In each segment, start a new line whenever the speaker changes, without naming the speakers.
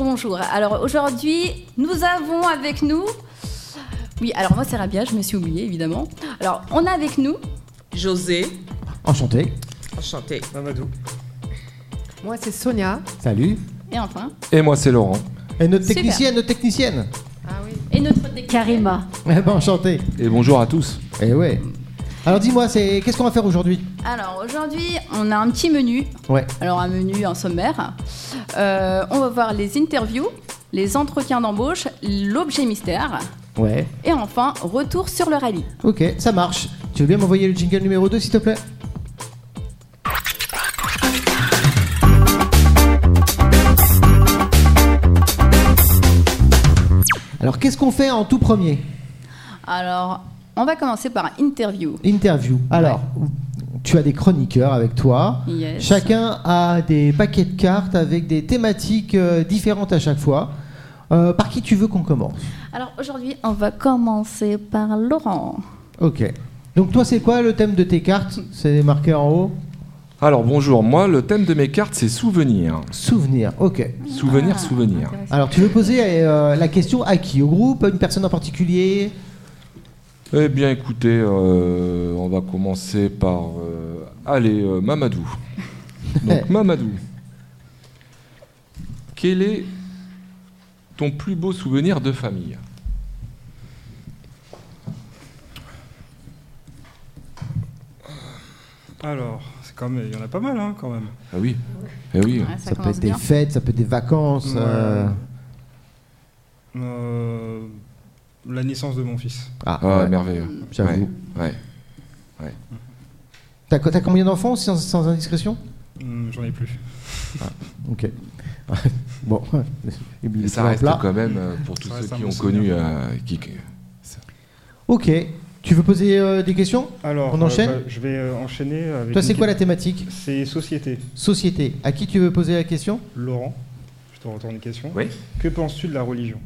bonjour. Alors aujourd'hui, nous avons avec nous. Oui, alors moi c'est Rabia, je me suis oubliée évidemment. Alors on a avec nous.
José,
Enchanté.
enchanté.
Mamadou.
Moi, c'est Sonia.
Salut.
Et enfin.
Et moi, c'est Laurent.
Et notre
Super.
technicienne, notre technicienne.
Ah oui.
Et notre déc-
Karima.
Eh ben, enchanté.
Et bonjour à tous.
Eh ouais. Alors dis-moi, c'est qu'est-ce qu'on va faire aujourd'hui
Alors aujourd'hui, on a un petit menu.
Ouais.
Alors un menu, un sommaire. Euh, on va voir les interviews, les entretiens d'embauche, l'objet mystère.
Ouais.
Et enfin, retour sur le rallye.
Ok, ça marche. Tu veux bien m'envoyer le jingle numéro 2, s'il te plaît Alors, qu'est-ce qu'on fait en tout premier
Alors, on va commencer par interview.
Interview. Alors, tu as des chroniqueurs avec toi.
Yes.
Chacun a des paquets de cartes avec des thématiques euh, différentes à chaque fois. Euh, par qui tu veux qu'on commence
Alors aujourd'hui, on va commencer par Laurent.
Ok. Donc toi, c'est quoi le thème de tes cartes C'est marqué en haut.
Alors bonjour, moi le thème de mes cartes c'est souvenirs.
Souvenir. Ok.
Souvenirs, souvenirs.
Alors tu veux poser euh, la question à qui Au groupe Une personne en particulier
Eh bien écoutez, euh, on va commencer par... euh, allez, euh, Mamadou. Donc Mamadou, quel est ton plus beau souvenir de famille
Alors, c'est quand même, il y en a pas mal, hein, quand même.
Ah oui, eh oui.
Ouais,
Ça,
ça,
peut
commence
être des
bien.
fêtes, ça peut être des vacances.
Ouais.
euh,
Euh, la naissance de mon fils.
Ah,
Ah,
ouais,
merveilleux.
j'avoue.
Ouais.
T'as co- t'as combien d'enfants sans, sans indiscrétion
Hum, J'en ai plus.
Ok. bon.
Et ça reste quand même, euh, pour tous
Ça
ceux
reste un
qui
bon
ont connu...
souvenir.
euh, qui- qui-
Ok. Tu veux poser euh, des questions
Alors,
On enchaîne
bah, Je vais euh, enchaîner avec.
Toi, c'est
une-
quoi la thématique
C'est société.
Société. À qui tu veux poser la question
Laurent, je te retourne une question.
Oui.
Que penses-tu de la religion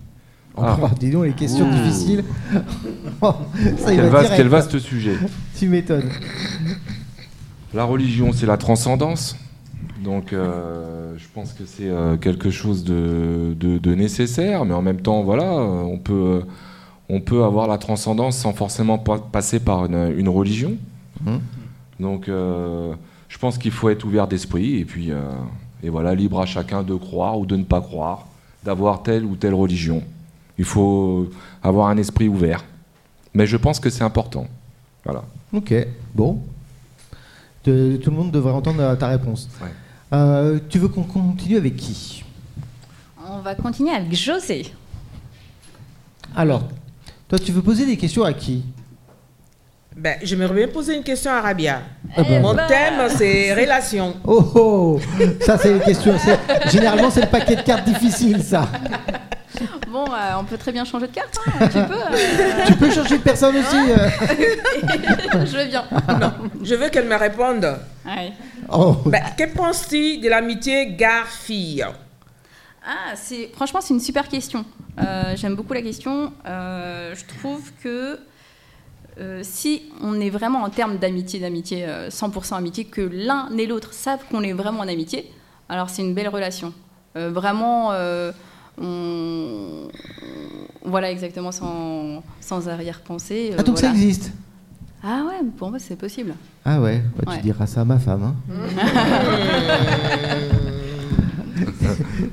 Ah.
Oh, dis donc, les questions
Ouh.
difficiles. Oh, ça, il
Quel
va
vaste-
direct.
quel vaste sujet.
Tu m'étonnes.
La religion, c'est la transcendance. Donc, euh, je pense que c'est euh, quelque chose de, de- de nécessaire, mais en même temps, voilà, euh, on peut, euh, on peut avoir la transcendance sans forcément pa- passer par une, une religion.
Mhm.
Donc, euh, je pense qu'il faut être ouvert d'esprit et puis, euh, et voilà, libre à chacun de croire ou de ne pas croire, d'avoir telle ou telle religion. Il faut avoir un esprit ouvert. Mais je pense que c'est important. Voilà.
Ok, bon. De- tout le monde devrait entendre euh, ta réponse.
Ouais.
Euh, tu veux qu'on continue avec qui
On va continuer avec José.
Alors, toi, tu veux poser des questions à qui
Ben, j'aimerais bien poser une question à Rabia.
Ah
Eh
bah.
ben,
Mon thème, c'est relation.
Oh oh Ça, c'est les questions. c'est- Généralement, c'est le paquet de cartes difficiles, ça.
Bon, euh, on peut très bien changer de carte, hein, tu peux.
tu peux changer de personne aussi. euh.
euh, je viens.
Je veux qu'elle me réponde.
Ouais.
Oh,
Ben, que penses-tu de l'amitié gars-fille
Ah, c'est franchement c'est une super question. Euh, J'aime beaucoup la question. Euh, je trouve que euh, si on est vraiment en termes d'amitié, d'amitié euh, 100% amitié, que l'un et l'autre savent qu'on est vraiment en amitié, alors c'est une belle relation. Euh, vraiment, euh, on... voilà exactement sans, sans arrière-pensée. euh,
Ah, donc ça
voilà.
existe
Ah ouais, pour moi c'est possible.
Ah ouais, bah,
Ouais.
tu diras ça à ma femme. hein.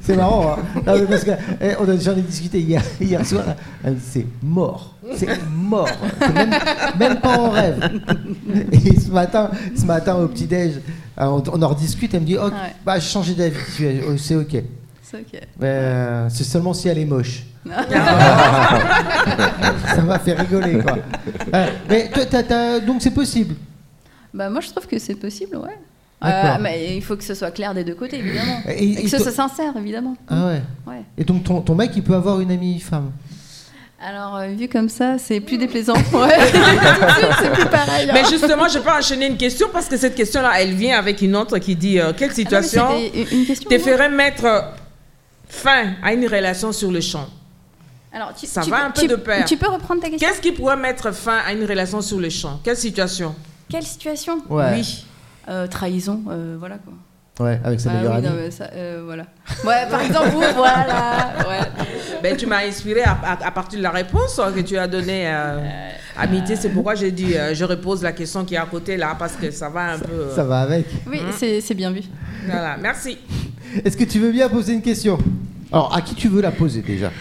c'est marrant, hein Non, mais parce que, eh, on a, j'en ai discuté hier, hier soir. Elle me dit, c'est mort, c'est mort, C'est même, même pas en rêve. Et ce matin, ce matin au petit déj, on, on en rediscute. Elle me dit, oh,
Ouais.
bah, j'ai changé d'avis. Je fais, Oh, C'est ok.
C'est ok.
Mais, euh, c'est seulement si elle est moche. ça m'a fait rigoler quoi. Ouais, mais toi, t'as- t'as- donc c'est possible.
Bah moi je trouve que c'est possible, ouais.
D'accord.
Euh, mais il faut que ce soit clair des deux côtés, évidemment.
Et-
Et,
et
que ce
toi-
soit sincère, évidemment.
Ah ouais.
Ouais.
Et donc ton, ton mec, il peut avoir une amie femme.
Alors, euh, vu comme ça, c'est plus déplaisant. Ouais. Tout de suite, c'est plus pareil. hein.
Mais Ben, justement, je peux enchaîner une question parce que cette question-là, elle vient avec une autre qui dit euh,
Ah non,
Quelle
mais
situation
c'était une question.
te
non
ferait mettre fin à une relation sur le champ
Alors, tu,
Ça
tu
va
peux-
un peu
tu-
de pair.
Tu peux reprendre ta question
Qu'est-ce qui pourrait mettre fin à une relation sur le champ Quelle situation
Quelle situation
Ouais.
Oui.
Euh, Trahison, euh, voilà quoi.
Ouais, avec sa
Ah
meilleure
oui,
amie.
non, mais ça, euh, voilà. Ouais, par exemple, vous, voilà. Ouais.
Ben, tu m'as inspiré à, à- à partir de la réponse hein, que tu as donnée. euh, amitié, c'est pourquoi j'ai dit, euh, je repose la question qui est à côté là, parce que ça va un peu. euh,
Ça va avec.
Oui, c'est c'est bien vu.
Voilà, merci.
Est-ce que tu veux bien poser une question Alors, à qui tu veux la poser déjà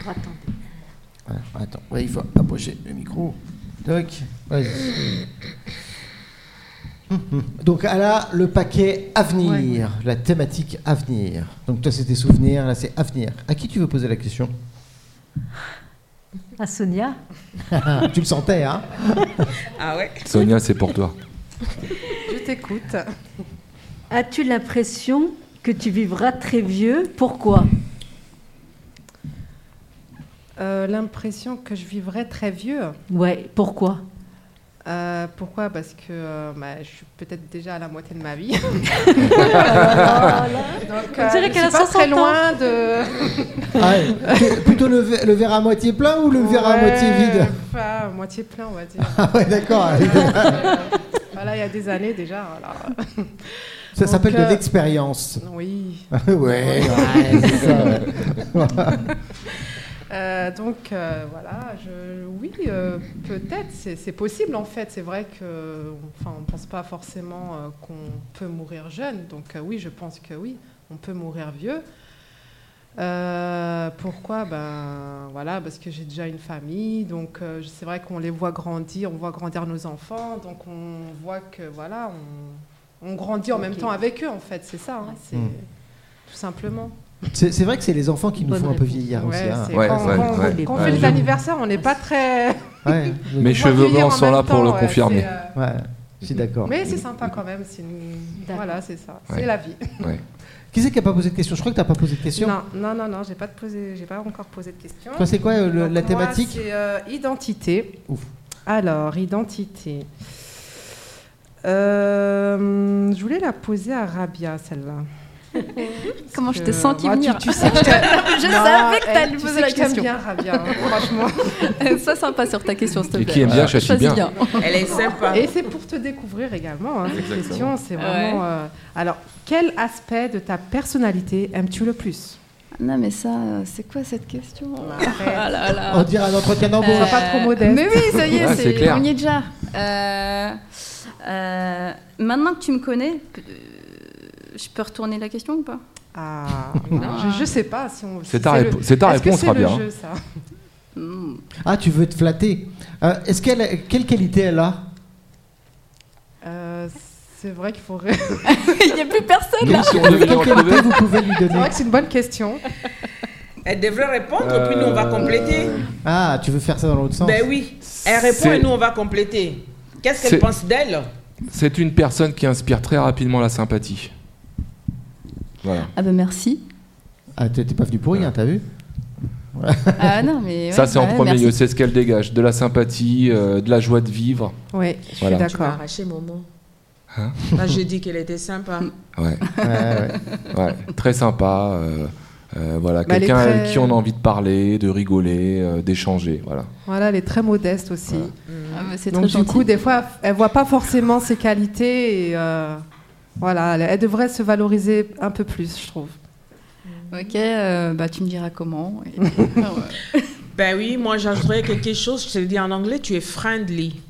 Attends. attends, Ouais, il faut approcher le micro. Toc. Vas-y. Donc, elle a le paquet avenir, la thématique avenir. Donc, toi, c'était souvenirs, là, c'est avenir. À qui tu veux poser la question
À Sonia
Tu le sentais, hein
Ah ouais
Sonia, c'est pour toi.
Je t'écoute.
As-tu l'impression que tu vivras très vieux Pourquoi
Euh, L'impression que je vivrai très vieux.
Ouais, pourquoi
Euh, pourquoi Parce que euh, bah, je suis peut-être déjà à la moitié de ma vie.
Oh
Donc,
On dirait
je
qu'elle
suis
a
pas très
60 ans.
loin de.
Ah ouais. Tu- Plutôt le, ve- le verre à moitié plein ou le verre à
Ouais,
moitié vide
enfin, moitié plein, on va dire.
Ah ouais, d'accord.
Euh, voilà, il y a des années déjà. alors,
Ça
Donc,
s'appelle de
euh,
l'expérience.
Oui.
ouais, ouais, c'est ça. ouais.
Euh, donc euh, voilà, je, oui, euh, peut-être, c'est c'est possible en fait. C'est vrai que, enfin, on pense pas forcément euh, qu'on peut mourir jeune. Donc euh, oui, je pense que oui, on peut mourir vieux. Euh, pourquoi Ben voilà, parce que j'ai déjà une famille, donc euh, c'est vrai qu'on les voit grandir, on voit grandir nos enfants, donc on voit que voilà, on, on grandit en même temps avec eux en fait, c'est ça, hein, c'est
Mm.
tout simplement.
C'est c'est vrai que c'est les enfants qui nous
Bonne
font un peu
réponse.
vieillir aussi.
Ouais,
hein.
c'est-
Ouais,
quand,
ouais,
quand-
ouais.
quand on
Ouais,
fait les
j'avoue.
anniversaires, on n'est pas très.
Ouais, donc-
Mes
on va
cheveux
vieillir
blancs
en
sont
même
là pour le
temps, ouais,
confirmer. euh,
c'est, euh,
ouais, je suis d'accord.
Mais c'est sympa quand même. c'est une-
D'accord.
Voilà, c'est ça.
Ouais.
C'est la vie.
Ouais.
Qui c'est qui a pas posé de question Je crois que t'as pas posé de question.
Non, non, non, non, j'ai pas de poser, j'ai pas encore posé de questions.
Toi, c'est quoi euh, le-
Donc
la
moi,
thématique
C'est euh, identité.
Ouf.
Alors, identité. Euh, je voulais la poser à Rabia, celle-là.
Comment
Parce
je
que,
t'ai senti
moi, tu-
venir
Tu, sais que je t'aime-
Je
Non,
savais que
eh,
t'allais
tu
poser
sais
la
que je t'aime
question.
bien, Rabia, hein, franchement.
Sois sympa sur ta question, s'il te
Et
plaît.
qui aime bien, châtie
Choisis
bien.
Elle est sympa.
Et c'est pour te découvrir également. Hein, cette
Exactement.
question, c'est vraiment. euh, alors, quel aspect de ta personnalité aimes-tu le plus
Non, mais ça, euh, c'est quoi cette question
Arrête.
Ah là là.
On dirait un entretien d'embauche.
Euh,
sera pas trop modeste.
Mais oui, ça y est,
Ouais,
c'est-
c'est clair.
on y est déjà. Euh, euh, maintenant que tu me connais, euh, je peux retourner la question ou pas
Ah,
Non.
je, je sais pas si on.
C'est
si
ta,
le-
répo- c'est ta
Est-ce que
réponse,
euh, c'est le
Rabia. hein.
jeu, ça
Hmm.
Ah, tu veux te flatter. Euh, Est-ce qu'elle, a- quelle qualité elle a
Euh, C'est vrai qu'il faudrait.
Il n'y a plus personne.
Nous, si on devait les
Quelle qualité
retrouver,
vous pouvez lui
C'est
donner
vrai que c'est une bonne question.
Elle devrait répondre, puis nous on va
Euh,
compléter.
Ah, tu veux faire ça dans l'autre sens
Ben oui, elle répond
C'est-
et nous on va compléter. Qu'est-ce
C'est-
qu'elle pense d'elle
c'est une personne qui inspire très rapidement la sympathie. Voilà.
Ah bah merci.
Ah, t'es t'es pas venu pour rien, t'as vu
Ah non, mais.
Ça,
ouais,
c'est en
ouais,
premier
merci.
lieu, c'est ce qu'elle dégage, de la sympathie, euh, de la joie de vivre.
Oui, je suis
Voilà.
Tu m'as
d'accord.
arraché mon mot.
Hein
Là, j'ai dit qu'elle était sympa.
Ouais,
Ouais, ouais.
ouais, très sympa. euh, euh, voilà,
Bah, elle est
quelqu'un
très-
avec qui on a envie de parler, de rigoler, euh, d'échanger. Voilà.
Voilà, elle est très modeste aussi.
Ah bah c'est
Donc,
très
du
gentil.
coup, des fois, elle voit pas forcément ses qualités. Et, euh, voilà, elle, elle devrait se valoriser un peu plus, je trouve.
Ok, euh, bah tu me diras comment. Et-
Ben oui, moi j'ajouterais quelque chose, je te le dis en anglais, tu es friendly.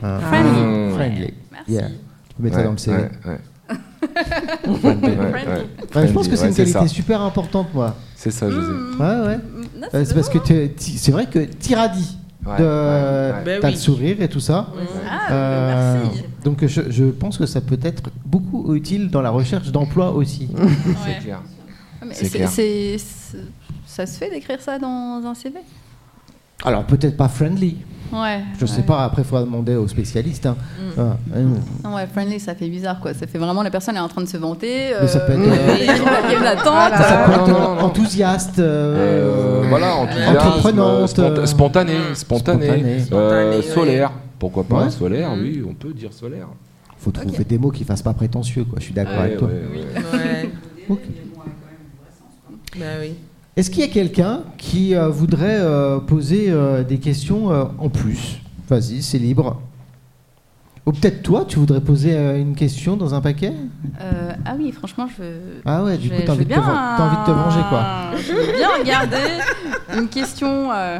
Friendly.
Mmh.
Ah. Friendly.
Merci.
Yeah. Tu peux mettre ça dans le CV.
ouais, ouais. Ouais, ouais, ouais.
Ouais, je pense que c'est
Ouais,
une
c'est
qualité
ça.
super importante, moi.
C'est ça, José.
Ouais, ouais.
Hmm. Non,
Euh, c'est parce que t'es- ti- c'est vrai que t'irradies.
Ouais,
de-
ouais,
Ben
T'as
oui.
le sourire et tout ça.
Bah,
Ah,
ben
Euh,
bah, merci.
donc je, je pense que ça peut être beaucoup utile dans la recherche d'emploi aussi.
C'est
Ouais.
clair.
Mais
C'est
c'est-
clair.
c'est- c'est- Ça se fait d'écrire ça dans un CV
Alors peut-être pas friendly,
Ouais.
je sais
ouais.
pas, après il faudra demander aux spécialistes. hein.
Mm.
Ah, euh,
Non, ouais, friendly, ça fait bizarre quoi. Ça fait vraiment la personne est en train de se vanter.
Mais ça peut être, euh,
Il y a une attente.
ça, ça peut
non,
être
non, non.
enthousiaste. euh,
Euh, voilà, enthousiasme,
Entreprenante,
sponta-
euh,
spontané,
Mm.
spontané,
Spontané.
euh,
Spontané,
solaire. Pourquoi pas
Ouais.
solaire Oui, on peut dire solaire.
Faut trouver des mots qui fassent pas prétentieux, quoi. Je suis d'accord
Ah, Ouais,
avec toi.
ouais, ouais.
Ouais.
Ok.
Ben oui.
Est-ce qu'il y a quelqu'un qui euh, voudrait euh, poser euh, des questions euh, en plus Vas-y, c'est libre. Ou peut-être toi, tu voudrais poser euh, une question dans un paquet
Euh, ah oui, franchement, je.
Ah ouais, du
je-
coup, t'as
je veux
envie, de te
bien euh,
ven- t'as envie de te venger, quoi.
un- Je veux bien garder une question. euh.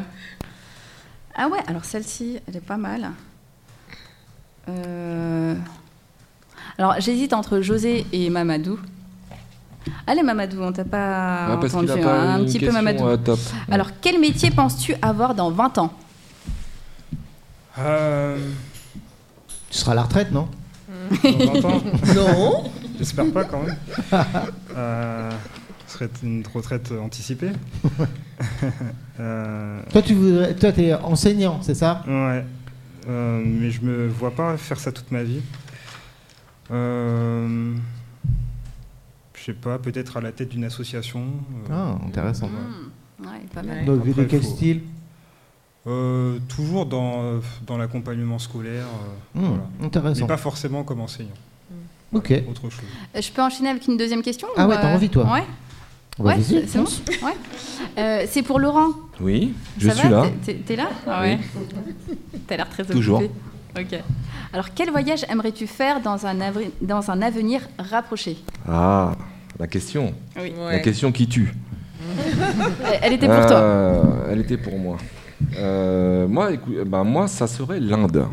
Ah ouais, alors celle-ci, elle est pas mal. Euh, Alors j'hésite entre José et Mamadou. Allez Mamadou, on t'a pas
Ah, parce
entendu.
qu'il a
hein,
pas
un
une
petit peu
question euh.
Mamadou.
à top.
Alors quel métier penses-tu avoir dans 20 ans
Euh,
Tu seras à la retraite, non
dans 20 ans
Non
J'espère pas quand même. Euh, ce serait une retraite anticipée. Euh,
Toi, tu voudrais, toi, t'es enseignant, c'est ça
ouais. Euh, mais je me vois pas faire ça toute ma vie. Euh, je sais pas, peut-être à la tête d'une association. euh,
Ah, intéressant.
Hmm, ouais, pas mal.
Donc, de
Après,
quel
faut-
style
euh, toujours dans, euh, dans l'accompagnement scolaire, euh,
Hmm,
voilà. mais
Intéressant.
pas forcément comme enseignant.
Ok.
Autre chose.
Euh, Je peux enchaîner avec une deuxième question
Ah
ou,
ouais, t'as
euh,
envie, toi
Ouais,
Bah,
ouais,
vas-y,
c'est c'est bon.
fonce.
Ouais. Euh, c'est pour Laurent.
Oui, je
Ça
suis
va
là.
T'es- T'es t'es là Ah ouais. T'as l'air très occupé.
Toujours.
Ok. Alors, quel voyage aimerais-tu faire dans un, avri- dans un avenir rapproché
Ah, la question.
Oui.
La
Ouais.
question qui tue.
Elle, elle était pour toi.
Euh, Elle était pour moi. Euh, moi, écou- bah, moi, ça serait l'Inde.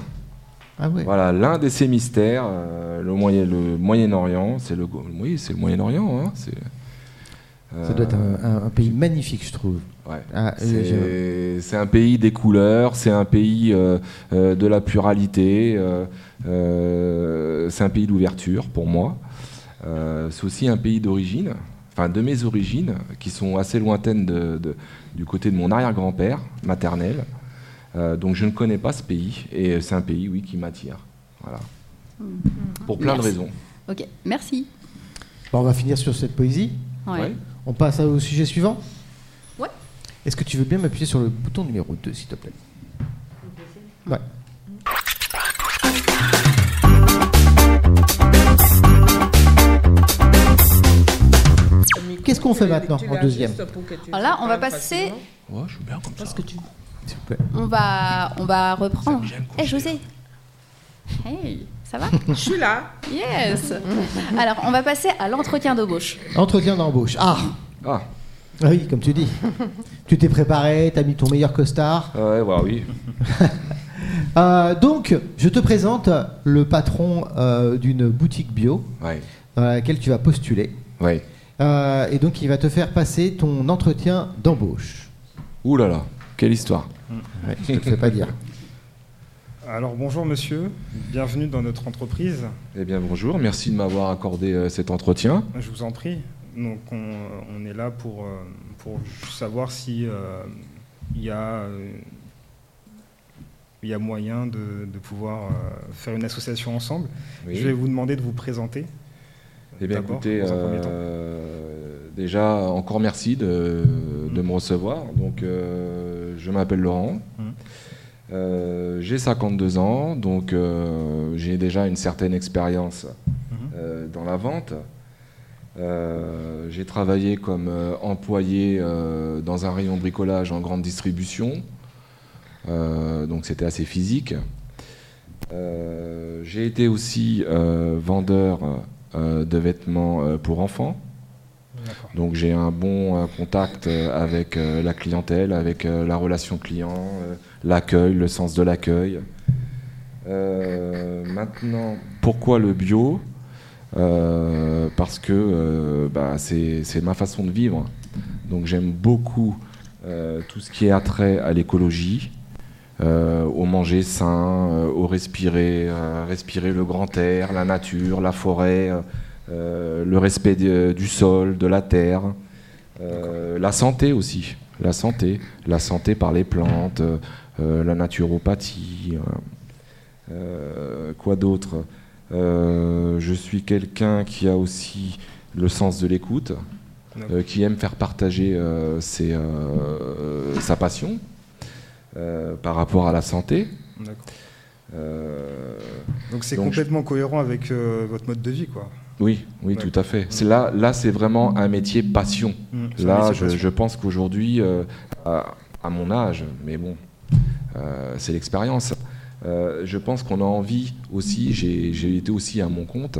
Ah ouais.
Voilà, l'Inde et ses mystères, euh, le, moyen, le Moyen-Orient, c'est le, go- oui, c'est le Moyen-Orient. hein, c'est,
Ça doit être un, un- un pays magnifique, je trouve.
euh, ouais.
Ah, euh, je-
C'est c'est un pays des couleurs, c'est un pays euh, euh, de la pluralité, euh, euh, c'est un pays d'ouverture pour moi. Euh, c'est aussi un pays d'origine, enfin de mes origines, qui sont assez lointaines de- de- du côté de mon arrière-grand-père maternel. Euh, donc je ne connais pas ce pays et c'est un pays, oui, qui m'attire. Voilà. Pour plein
Mhm. Merci.
de raisons.
Ok, merci.
Bon, on va finir sur cette poésie.
Ouais.
Ouais.
On passe au sujet suivant
Ouais.
Est-ce que tu veux bien m'appuyer sur le bouton numéro 2, s'il te plaît Ouais. Qu'est-ce qu'on fait maintenant, en deuxième
Alors là, on va passer.
Ouais, je suis bien comme ça.
S'il vous plaît.
On va, on va reprendre.
Ça me gêne quand
Hey,
je
José Hey, ça va
Je suis là.
Yes Alors, on va passer à l'entretien d'embauche.
Entretien d'embauche. Ah
Ah,
Ah Oui, comme tu dis. tu t'es préparé, t'as mis ton meilleur costard.
ouais, bah oui.
Euh, donc, je te présente le patron euh, d'une boutique bio
Ouais.
dans laquelle tu vas postuler.
Ouais.
Euh, et donc, il va te faire passer ton entretien d'embauche.
Ouh là là, quelle histoire.
Ouais, je te le fais pas dire.
Alors bonjour monsieur, bienvenue dans notre entreprise.
Eh bien bonjour, merci de m'avoir accordé euh, cet entretien.
Je vous en prie. Donc on, euh, on est là pour, euh, pour savoir si euh, il y, a, euh, il y a moyen de, de pouvoir euh, faire une association ensemble.
Oui.
Je vais vous demander de vous présenter.
Eh bien
D'abord,
écoutez,
dans un premier temps.
euh, déjà encore merci de, de me recevoir. Donc euh, je m'appelle Laurent.
Mm.
Euh, j'ai 52 ans, donc euh, j'ai déjà une certaine expérience
Mhm.
euh, dans la vente. Euh, j'ai travaillé comme euh, employé euh, dans un rayon bricolage en grande distribution, Euh, donc c'était assez physique. Euh, j'ai été aussi euh, vendeur euh, de vêtements euh, pour enfants,
D'accord.
donc j'ai un bon euh, contact euh, avec euh, la clientèle, avec euh, la relation client, euh, l'accueil, le sens de l'accueil. Euh, maintenant, pourquoi le bio Euh, Parce que euh, bah, c'est c'est ma façon de vivre. Donc j'aime beaucoup euh, tout ce qui est attrait à l'écologie, euh, au manger sain, euh, au respirer, euh, respirer le grand air, la nature, la forêt. euh, euh, le respect de- du sol, de la terre, euh, la santé aussi, la santé, la santé par les plantes, euh, euh, la naturopathie, euh, euh, quoi d'autre Euh, Je suis quelqu'un qui a aussi le sens de l'écoute,
D'accord.
euh, qui aime faire partager euh, ses, euh, sa passion euh, par rapport à la santé.
D'accord.
Euh,
Donc c'est
Donc, je-
complètement cohérent avec euh, votre mode de vie, quoi.
Oui, oui,
Ouais.
tout à fait. C'est là, là, c'est vraiment un métier passion.
Mm. C'est un
Là,
métier
je,
passion.
je pense qu'aujourd'hui, euh, à, à mon âge, mais bon, euh, c'est l'expérience. euh, je pense qu'on a envie aussi, j'ai j'ai été aussi à mon compte,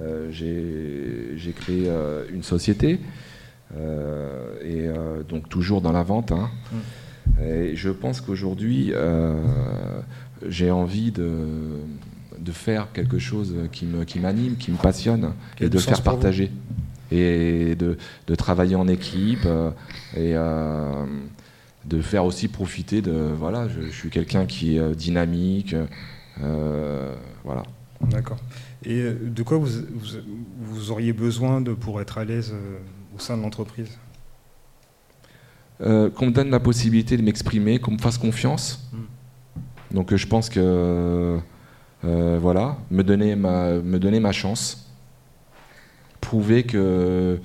euh, j'ai j'ai créé euh, une société, euh, et euh, donc toujours dans la vente. hein.
Mm.
Et je pense qu'aujourd'hui, euh, j'ai envie de, de faire quelque chose qui me- qui m'anime, qui, me passionne,
Qui a
et
du
de
sens
faire
pour vous.
partager. Et de, de travailler en équipe, euh, et euh, de faire aussi profiter de. Voilà, je, je suis quelqu'un qui est euh, dynamique. euh, voilà.
D'accord. Et euh, de quoi vous, vous, vous auriez besoin de, pour être à l'aise euh, au sein de l'entreprise
Euh, qu'on me donne la possibilité de m'exprimer, qu'on me fasse confiance.
Hmm.
Donc euh, je pense que euh, voilà, me donner ma me donner ma chance, prouver que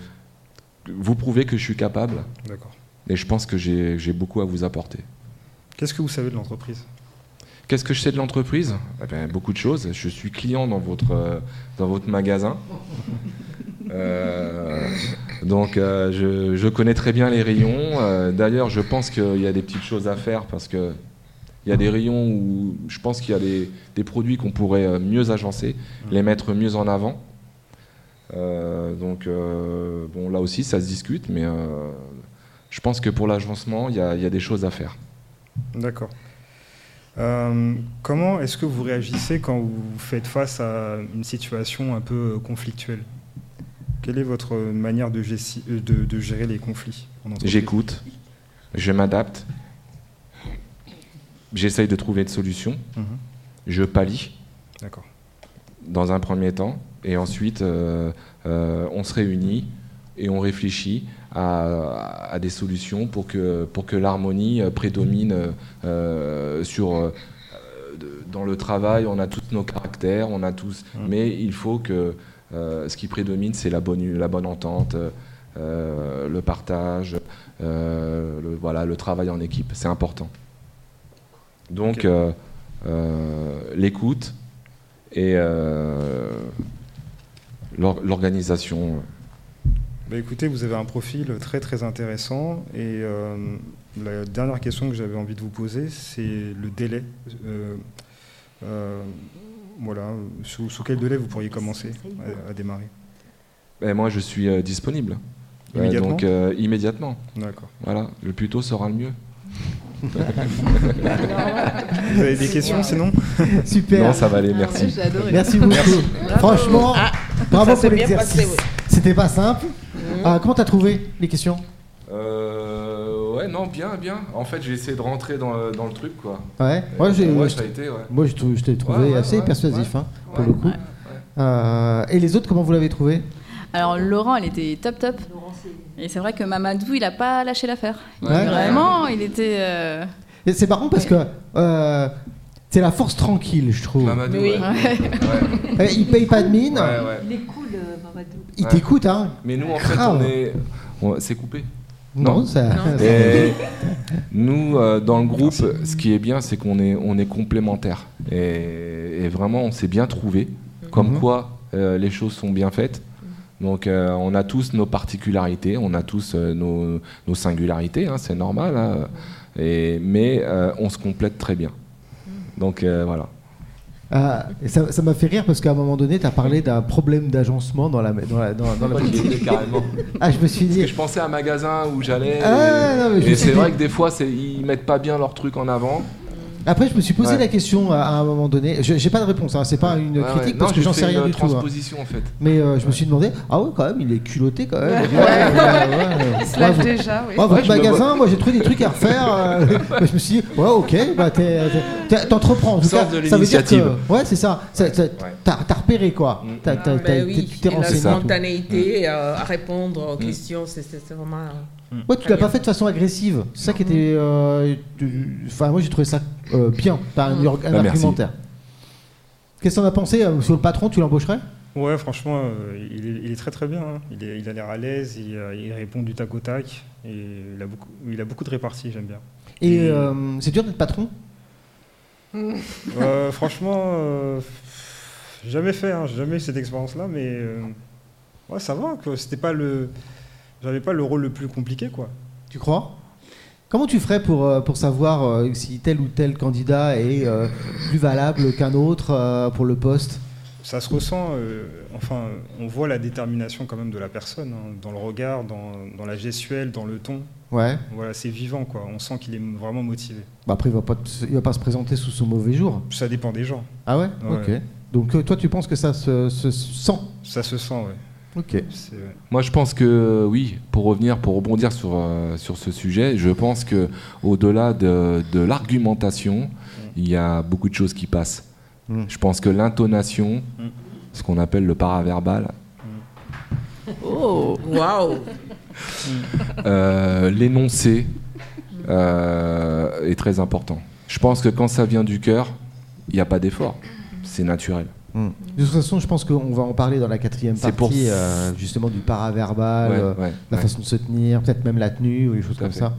vous prouvez que je suis capable.
D'accord.
Et je pense que j'ai j'ai beaucoup à vous apporter.
Qu'est-ce que vous savez de l'entreprise
Qu'est-ce que je sais de l'entreprise Eh ben, Beaucoup de choses. Je suis client dans votre, euh, dans votre magasin. Euh, donc euh, je, je connais très bien les rayons. Euh, D'ailleurs, je pense qu'il y a des petites choses à faire parce que il y a des rayons où je pense qu'il y a des, des produits qu'on pourrait euh, mieux agencer, les mettre mieux en avant. Euh, donc euh, bon, là aussi, ça se discute, mais euh, je pense que pour l'agencement, il y a- il y a des choses à faire.
D'accord. Euh, comment est-ce que vous réagissez quand vous faites face à une situation un peu euh, conflictuelle Quelle est votre manière de, gessi- euh, de- de gérer les conflits en entreprise
J'écoute, je m'adapte, j'essaye de trouver des solutions,
Mhm.
je palie
D'accord.
dans un premier temps, et ensuite euh, euh, on se réunit et on réfléchit à, à des solutions pour que, pour que l'harmonie euh, prédomine euh, euh, sur... euh, de- dans le travail, on a tous nos caractères, on a tous, mais il faut que euh, ce qui prédomine, c'est la bonne, la bonne entente, euh, le partage, euh, le, voilà, le travail en équipe, c'est important. Donc,
Ok.
euh, euh, l'écoute et euh, l'or- l'organisation.
Bah, écoutez, vous avez un profil très très intéressant et euh, la dernière question que j'avais envie de vous poser, c'est le délai. Euh, euh, voilà, sous, sous quel délai vous pourriez commencer à, à démarrer
Et moi, je suis euh, disponible. Euh,
Immédiatement
donc, euh, immédiatement.
D'accord.
Voilà, le plus tôt sera le mieux.
Vous avez des questions sinon
Super.
Non, ça va aller, merci.
J'ai adoré.
Merci beaucoup. Franchement,
Ah,
bravo
ça s'est
pour
bien
l'exercice.
passé, oui. Mm-hmm.
C'était pas simple. Ah, comment t'as trouvé les questions
Euh, ouais, non, bien, bien. En fait, j'ai essayé de rentrer dans, le- dans le truc, quoi.
Ouais. Moi, j'ai,
Pour moi,
je-
ça a été, ouais.
moi, je, trou- je t'ai trouvé
Ouais, ouais,
assez
ouais,
persuasif hein, pour le coup.
Ouais,
Euh, et les autres, comment vous l'avez trouvé
Alors Laurent, elle était top top. Et c'est vrai que Mamadou, il a pas lâché l'affaire. Il-
Ouais.
Vraiment, il était. euh,
Et c'est marrant parce que euh, c'est la force tranquille, je trouve.
Mamadou,
Oui.
ouais.
Ouais.
Ouais,
Euh, il paye pas de mine,
ouais, ouais.
Il est cool, euh, Mamadou.
il
Ouais.
t'écoute. Hein.
Mais nous, en fait,
Grave.
on est. on- C'est coupé.
Non,
Non.
ça. ça-
Et nous, euh, dans le groupe, ce qui est bien, c'est qu'on est, on est complémentaires. Et, et vraiment, on s'est bien trouvés. Comme
Mhm.
quoi, euh, les choses sont bien faites. Donc, euh, on a tous nos particularités, on a tous euh, nos, nos singularités, hein, c'est normal. hein. Et, mais euh, on se complète très bien. Donc, euh, voilà.
Ah, et ça, ça m'a fait rire parce qu'à un moment donné, t'as parlé d'un problème d'agencement dans la, dans la, dans, dans la politique.
carrément.
Ah, je me suis
Parce
dit,
que je pensais à un magasin où j'allais.
Ah,
et-
non, mais je me suis
et c'est
dit-
vrai que des fois, c'est- ils mettent pas bien leur truc en avant.
Après, je me suis posé
Ouais.
la question à, à un moment donné. Je- J'ai pas de réponse, hein, c'est pas une
Ouais, ouais.
critique
Non,
parce que
j'ai
j'en
fait
sais rien
une
du tout. hein.
transposition, en fait.
Mais euh, je me suis demandé, ah ouais, quand même, il est culotté quand même. Ouais,
Il se lâche
Bravo.
déjà, oui.
Ouais, votre
je me
magasin, moi j'ai trouvé des trucs à refaire. euh, bah, je me suis dit, ouais, ok, bah, t'es- t'es- t'es- t'entreprends. En tout
Sens
cas,
de
ça veut dire
l'initiative.
que, ouais, c'est ça. ça- ça- T'as t'as repéré quoi.
Mm.
T'as- t'as-
Ah,
t'as-
ben oui,
t'es- Tu t'es
et la
renseigné. Mm. et tout.
spontanéité euh, à répondre aux questions, c'est- c'est c'est vraiment. euh,
Ouais, tu l'as pas fait de façon agressive. C'est ça qui était. euh, tu- Enfin, moi j'ai trouvé ça euh, bien. T'as un, org- un
Ah, merci.
argumentaire. Qu'est-ce qu'on a pensé euh, sur le patron Tu l'embaucherais
Ouais, franchement, euh, il, est, il est très très bien. hein. Il, est- il a l'air à l'aise, il, euh, il répond du tac au tac et il a beaucoup, il a beaucoup de réparties, j'aime bien.
Et
Et-
euh, c'est dur d'être patron
Euh, franchement, euh, jamais fait, hein, j'ai jamais eu cette expérience-là, mais euh, ouais, ça va. quoi. C'était pas le, j'avais pas le rôle le plus compliqué, quoi.
Tu crois Comment tu ferais pour, euh, pour savoir euh, si tel ou tel candidat est euh, plus valable qu'un autre euh, pour le poste
Ça se ressent, euh, enfin, on voit la détermination quand même de la personne, hein, dans le regard, dans, dans la gestuelle, dans le ton.
Ouais.
Voilà, c'est vivant, quoi. On sent qu'il est vraiment motivé.
Bah après, il va pas, te- il va pas se présenter sous son mauvais jour.
Ça dépend des gens.
Ah ouais,
Ouais.
Ok. Donc euh, toi, tu penses que ça se, se sent
Ça se sent, ouais.
Ok.
C'est- ouais.
Moi, je pense que euh, oui. Pour revenir, pour rebondir sur euh, sur ce sujet, je pense que au-delà de, de l'argumentation, il y a beaucoup de choses qui passent.
Mm.
Je pense que l'intonation,
Mm.
ce qu'on appelle le paraverbal,
Oh
Waouh
euh, l'énoncé euh, est très important. Je pense que quand ça vient du cœur, il n'y a pas d'effort. C'est naturel.
Hmm. De toute façon, je pense qu'on va en parler dans la quatrième
C'est
partie,
pour-
euh, justement du paraverbal,
Ouais,
euh,
ouais,
la
ouais.
façon de se tenir, peut-être même la tenue ou des choses
Tout à
comme
fait.
ça.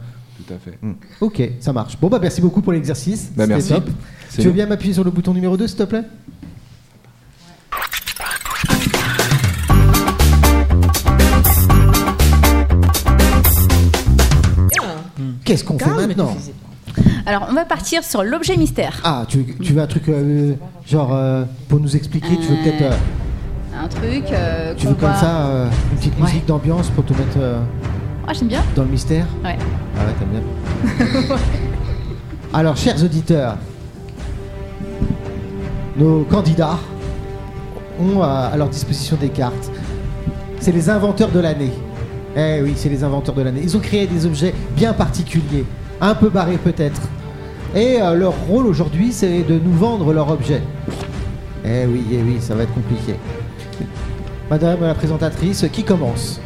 Tout à fait.
Hmm. Ok, ça marche. Bon, bah merci beaucoup pour l'exercice.
Bah,
C'était
merci.
top.
C'est
Tu veux
nous.
bien m'appuyer sur le bouton numéro 2, s'il te plaît Qu'est-ce qu'on fait maintenant
Alors, on va partir sur l'objet mystère.
Ah, tu, tu veux un truc euh, genre euh, pour nous expliquer Tu veux peut-être. euh,
Un truc euh,
tu
qu'on
veux comme
va-
ça euh, une petite
Ouais.
musique d'ambiance pour te mettre euh,
Ah, j'aime bien.
dans le mystère
Ouais.
Ah ouais, t'aimes bien. Alors, chers auditeurs, nos candidats ont euh, à leur disposition des cartes. C'est les inventeurs de l'année. Eh oui, c'est les inventeurs de l'année. Ils ont créé des objets bien particuliers, un peu barrés peut-être. Et euh, leur rôle aujourd'hui, c'est de nous vendre leur objet. Eh oui, eh oui, ça va être compliqué. Madame la présentatrice, qui commence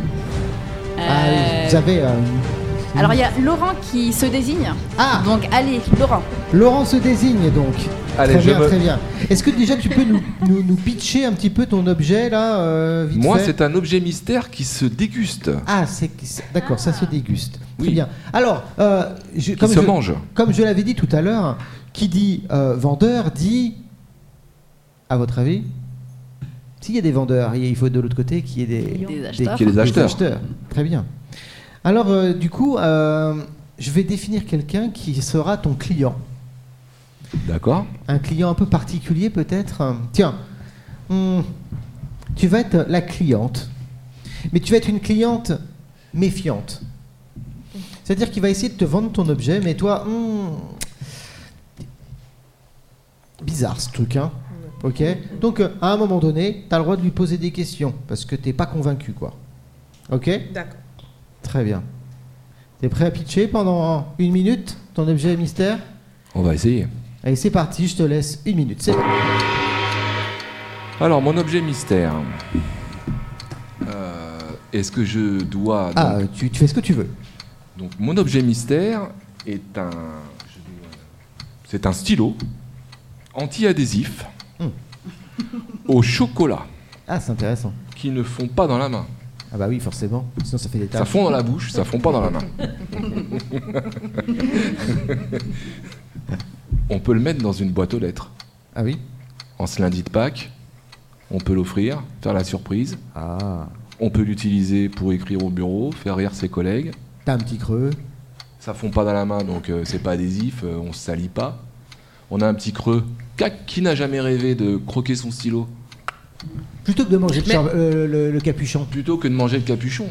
Ah oui,
Euh,
vous avez euh, une-
Alors, il y a Laurent qui se désigne.
Ah
Donc, allez, Laurent.
Laurent se désigne donc.
Allez,
très
je
bien,
me-
très bien. Est-ce que déjà tu peux nous, nous, nous pitcher un petit peu ton objet là euh, vite
Moi,
fait
c'est un objet mystère qui se déguste,
Ah, c'est c'est- d'accord, ça se déguste. Très
Oui.
bien. Alors, euh, je-
qui
comme,
se
je,
mange.
comme je l'avais dit tout à l'heure, qui dit euh, vendeur dit, à votre avis, s'il y a des vendeurs, il faut de l'autre côté qu'il y ait des,
Des acheteurs.
Qu'il y ait des acheteurs.
Très bien. Alors, euh, du coup, euh, je vais définir quelqu'un qui sera ton client.
D'accord
un client un peu particulier peut-être. euh, Tiens, hmm, tu vas être la cliente, mais tu vas être une cliente méfiante. C'est-à-dire qu'il va essayer de te vendre ton objet, mais toi, hmm, bizarre ce truc, hein. Ok. Donc euh, à un moment donné, tu as le droit de lui poser des questions parce que t'es pas convaincu, quoi. Ok.
D'accord.
Très bien. T'es prêt à pitcher pendant une minute ton objet mystère
On va essayer.
Allez, c'est parti. Je te laisse une minute. C'est
Alors, mon objet mystère. Euh, Est-ce que je dois. donc-
Ah, tu, tu fais ce que tu veux.
donc, mon objet mystère est un. je dois- C'est un stylo anti-adhésif
Hmm.
au chocolat
Ah, c'est intéressant.
qui ne fond pas dans la main.
Ah bah oui, forcément. Sinon, ça fait des
Ça
taches.
fond dans la bouche, ça fond pas dans la main. On peut le mettre dans une boîte aux lettres.
Ah oui.
En ce lundi de Pâques, on peut l'offrir, faire la surprise.
Ah.
On peut l'utiliser pour écrire au bureau, faire rire ses collègues.
T'as un petit creux.
Ça fond pas dans la main, donc euh, c'est pas adhésif, euh, on se salit pas. On a un petit creux. Cac, qui n'a jamais rêvé de croquer son stylo
Plutôt que de manger le
Mais-
char- euh, le, le capuchon.
plutôt que de manger le capuchon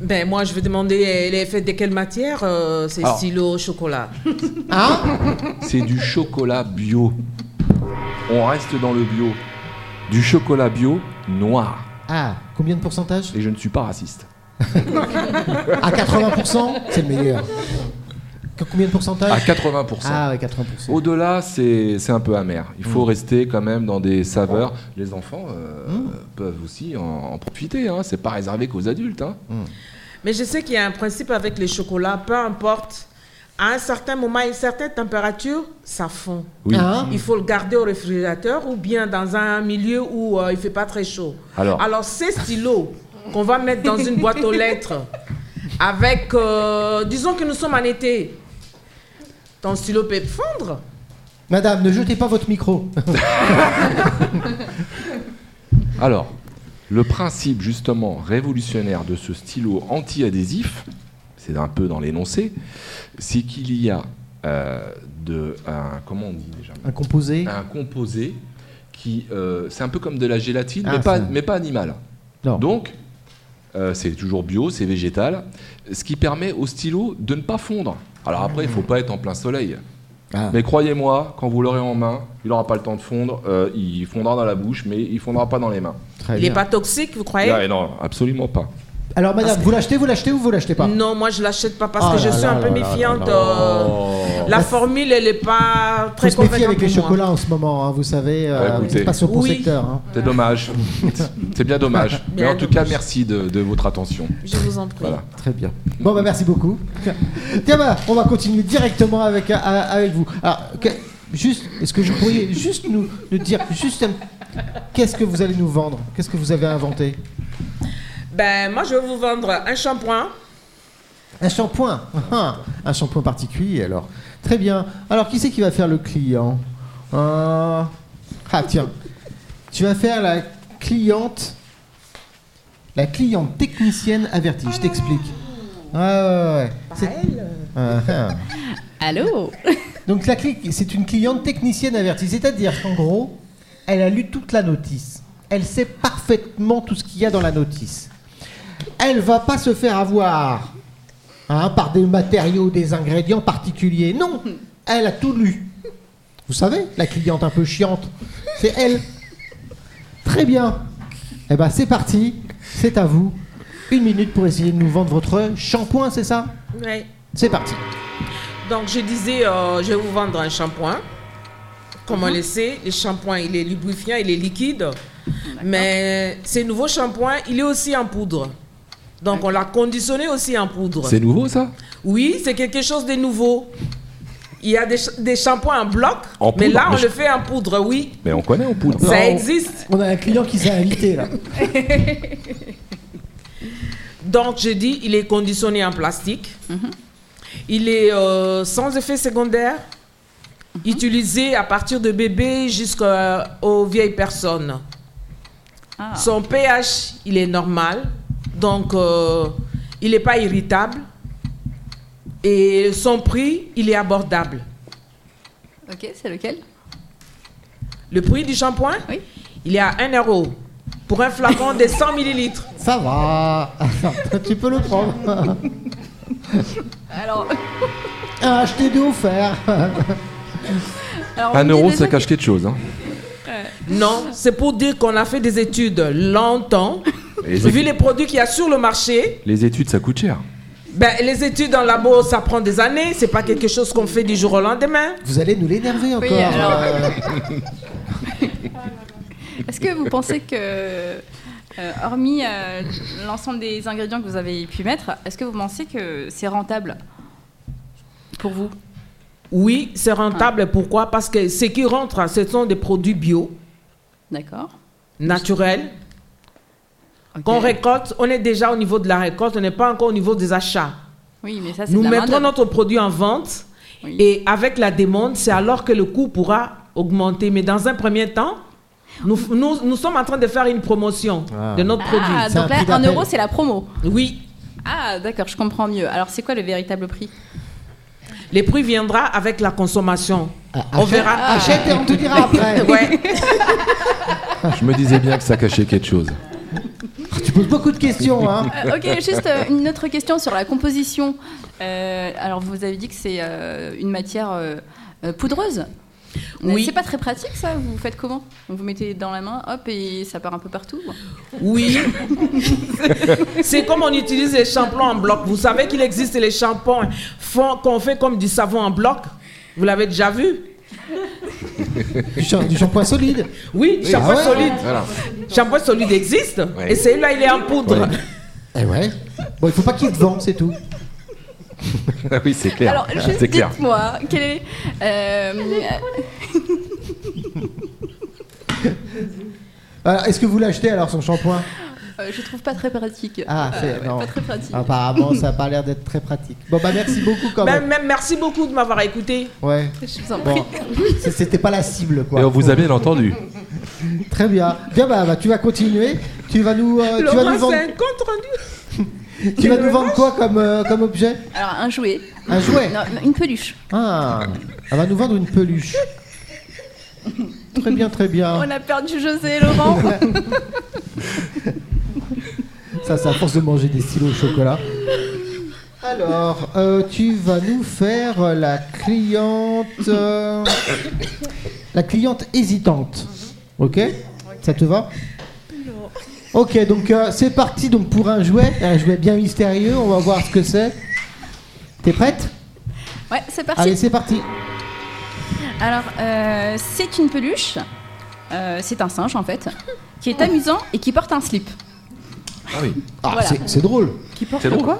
Ben moi, je vais demander, elle est faite de quelle matière euh, ces
Ah.
Alors.
stylos au chocolat
C'est du chocolat bio. On reste dans le bio. Du chocolat bio noir.
Ah, combien de pourcentage Ah,
Et je ne suis pas raciste.
À 80%, c'est le meilleur. Qu- Combien de
À
pourcentage
80%.
Ah ouais, 80%.
Au-delà, c'est c'est un peu amer. Il faut rester quand même dans des saveurs. Les enfants euh, peuvent aussi en, en profiter. Hein. C'est pas réservé qu'aux adultes. hein.
Mais je sais qu'il y a un principe avec les chocolats, peu importe. À un certain moment, à une certaine température, ça fond.
Oui.
Hein
Il faut le garder au réfrigérateur ou bien dans un milieu où euh, il fait pas très chaud.
Alors.
ces stylos qu'on va mettre dans une boîte aux lettres, avec, euh, disons que nous sommes en été, ton stylo peut fondre.
Madame, ne jetez pas votre micro.
Alors, le principe justement révolutionnaire de ce stylo anti-adhésif, c'est un peu dans l'énoncé, c'est qu'il y a euh, de, un, comment on dit déjà
Un composé
un composé qui, euh, c'est un peu comme de la gélatine,
Ah,
mais, pas,
ça.
mais pas animale.
Non.
Donc, euh, c'est toujours bio, c'est végétal, ce qui permet au stylo de ne pas fondre. Alors après, il faut pas être en plein soleil.
Ah.
Mais croyez-moi, quand vous l'aurez en main, il n'aura pas le temps de fondre. euh, il fondra dans la bouche, mais il fondra pas dans les mains.
Très
Il n'est
bien.
pas toxique, vous croyez
Ah, non, absolument pas.
Alors, madame, vous l'achetez, vous l'achetez ou vous l'achetez pas
Non, moi je l'achète pas parce
Ah
que je
là
suis
là
un peu
là là
Ah,
méfiante.
là
euh, La
Bah,
formule, elle n'est pas
Faut
très
se méfier
convaincante
avec les
pour moi.
chocolats en ce moment, hein, vous savez, euh,
Ouais, écoutez.
c'est pas son bon
Oui.
secteur. hein.
C'est dommage. c'est bien dommage. Mais
Bien
en tout cas, merci de, de votre attention.
Je vous en prie.
Voilà.
Très bien. Bon, bah merci beaucoup. Tiens, bah, on va continuer directement avec, euh, avec vous. Alors, que- juste, est-ce que vous pourriez juste nous, nous dire, juste, un- qu'est-ce que vous allez nous vendre Qu'est-ce que vous avez inventé
Ben, moi, je vais vous vendre un shampoing.
Un shampoing. Ah, un shampoing particulier, alors. Très bien. Alors, qui c'est qui va faire le client Euh, Ah, tiens. Tu vas faire la cliente. La cliente technicienne avertie. Je t'explique. Ouais, ouais, ouais. C'est- Ah, ah.
Allô
Donc, la cli- c'est une cliente technicienne avertie. C'est-à-dire qu'en gros, elle a lu toute la notice. Elle sait parfaitement tout ce qu'il y a dans la notice. Elle va pas se faire avoir hein, par des matériaux, des ingrédients particuliers. Non, elle a tout lu. Vous savez, la cliente un peu chiante, c'est elle. Très bien. Eh ben, c'est parti. C'est à vous. Une minute pour essayer de nous vendre votre shampoing, c'est ça
Ouais.
C'est parti.
Donc, je disais, euh, je vais vous vendre un shampoing. Comme on le sait, le shampoing, il est lubrifiant, il est liquide. Mais ce nouveau shampoing, il est aussi en poudre. Donc, on l'a conditionné aussi en poudre.
C'est nouveau ça
Oui, c'est quelque chose de nouveau. Il y a des, ch- des shampoings en bloc,
En
mais
poudre,
là, on
mais je-
le fait en poudre, oui.
Mais on connaît, on poudre.
Non.
Ça existe.
On a un client qui s'est invité là.
Donc, je dis, il est conditionné en plastique.
Mm-hmm.
Il est euh, sans effet secondaire.
Mm-hmm.
Utilisé à partir de bébés jusqu'aux vieilles personnes.
Ah.
Son pH, il est normal. Donc, euh, il n'est pas irritable. Et son prix, il est abordable.
Ok, c'est lequel
Le prix du shampoing,
Oui.
il est à 1 euro pour un flacon de 100 millilitres.
Ça va. tu peux le prendre.
Alors,
Un acheté deux offert.
alors, on
Un
me dit
euro,
déjà
ça
que-
cache quelque chose. Hein.
Non, c'est pour dire qu'on a fait des études longtemps.
Les,
Vu
études,
les produits qu'il y a sur le marché,
les études, ça coûte cher.
ben, les études en labo, ça prend des années. C'est pas quelque chose qu'on fait du jour au lendemain.
Vous allez nous l'énerver encore.
alors-
euh.
Est-ce que vous pensez que, euh, hormis euh, l'ensemble des ingrédients que vous avez pu mettre, est-ce que vous pensez que c'est rentable pour vous
Oui, c'est
Ah.
rentable. Pourquoi Parce que ce qui rentre, ce sont des produits bio,
D'accord.
naturels,
Ok.
qu'on récolte. On est déjà au niveau de la récolte, on n'est pas encore au niveau des achats.
Oui, mais ça, Ah, c'est
Nous
de la
mettrons
main-d'œuvre.
notre produit en vente
Oui.
et avec la demande, c'est alors que le coût pourra augmenter. Mais dans un premier temps, nous, nous, nous sommes en train de faire une promotion
Ah.
de notre
Ah,
C'est un
donc là,
prix
1
d'appel.
euro, c'est la promo.
produit. Oui,
Ah, d'accord, je comprends mieux. Alors, c'est quoi le véritable prix
les prix viendra avec la consommation.
Ah,
On
achète-
verra.
Achète et on te dira
Ah.
après.
Ouais.
Je me disais bien que ça cachait quelque chose.
Tu poses beaucoup de questions. Hein.
Euh, ok, juste euh, une autre question sur la composition. Euh, alors, vous avez dit que c'est euh, une matière euh, euh, poudreuse. Mais
Oui.
C'est pas très pratique ça Vous faites comment Vous mettez dans la main, hop, et ça part un peu partout
Oui. C'est comme on utilise les shampoings en bloc. Vous savez qu'il existe les shampoings font- qu'on fait comme du savon en bloc. Vous l'avez déjà vu
Du, sha- du shampoing solide.
Oui, shampoing
Ah ouais
solide.
Voilà.
Shampoing solide existe.
Ouais.
Et celui-là, il est en poudre.
Eh ouais. Bon, il faut pas qu'il te vende, c'est tout.
Ah oui, c'est clair.
Alors, juste
c'est clair.
dites-moi, quel est. euh,
Alors, Est-ce que vous l'achetez alors son shampoing
euh, je trouve pas très pratique.
Ah, c'est-
Euh, ouais,
non. Ah,
Pas très pratique.
Apparemment, ça a pas l'air d'être très pratique. Bon, bah merci beaucoup quand
Ben,
même.
ben, merci beaucoup de m'avoir écouté.
Ouais.
Je vous en prie.
Bon, c'est- c'était pas la cible quoi.
Et on vous a bien entendu.
Très bien. Bien bah, bah, tu vas continuer. Tu vas nous, euh, tu vas
Laurent,
nous vendre.
Euh,
c'est un compte rendu.
Tu vas nous vendre quoi comme, euh, comme objet
Alors, un jouet.
Un jouet
Non, une peluche.
Ah, elle va nous vendre une peluche. Très bien, très bien.
On a perdu José et Laurent.
Ça, c'est à force de manger des stylos au chocolat. Alors, euh, tu vas nous faire la cliente. euh, la cliente hésitante. Ok Ça te va Ok, donc euh, c'est parti donc pour un jouet, un jouet bien mystérieux. On va voir ce que c'est. T'es prête
ouais, c'est parti.
Allez, c'est parti.
Alors, euh, c'est une peluche. Euh, c'est un singe, en fait, qui est amusant et qui porte un slip.
Ah oui.
Ah,
Voilà.
c'est- c'est drôle,
Qui porte
C'est drôle.
quoi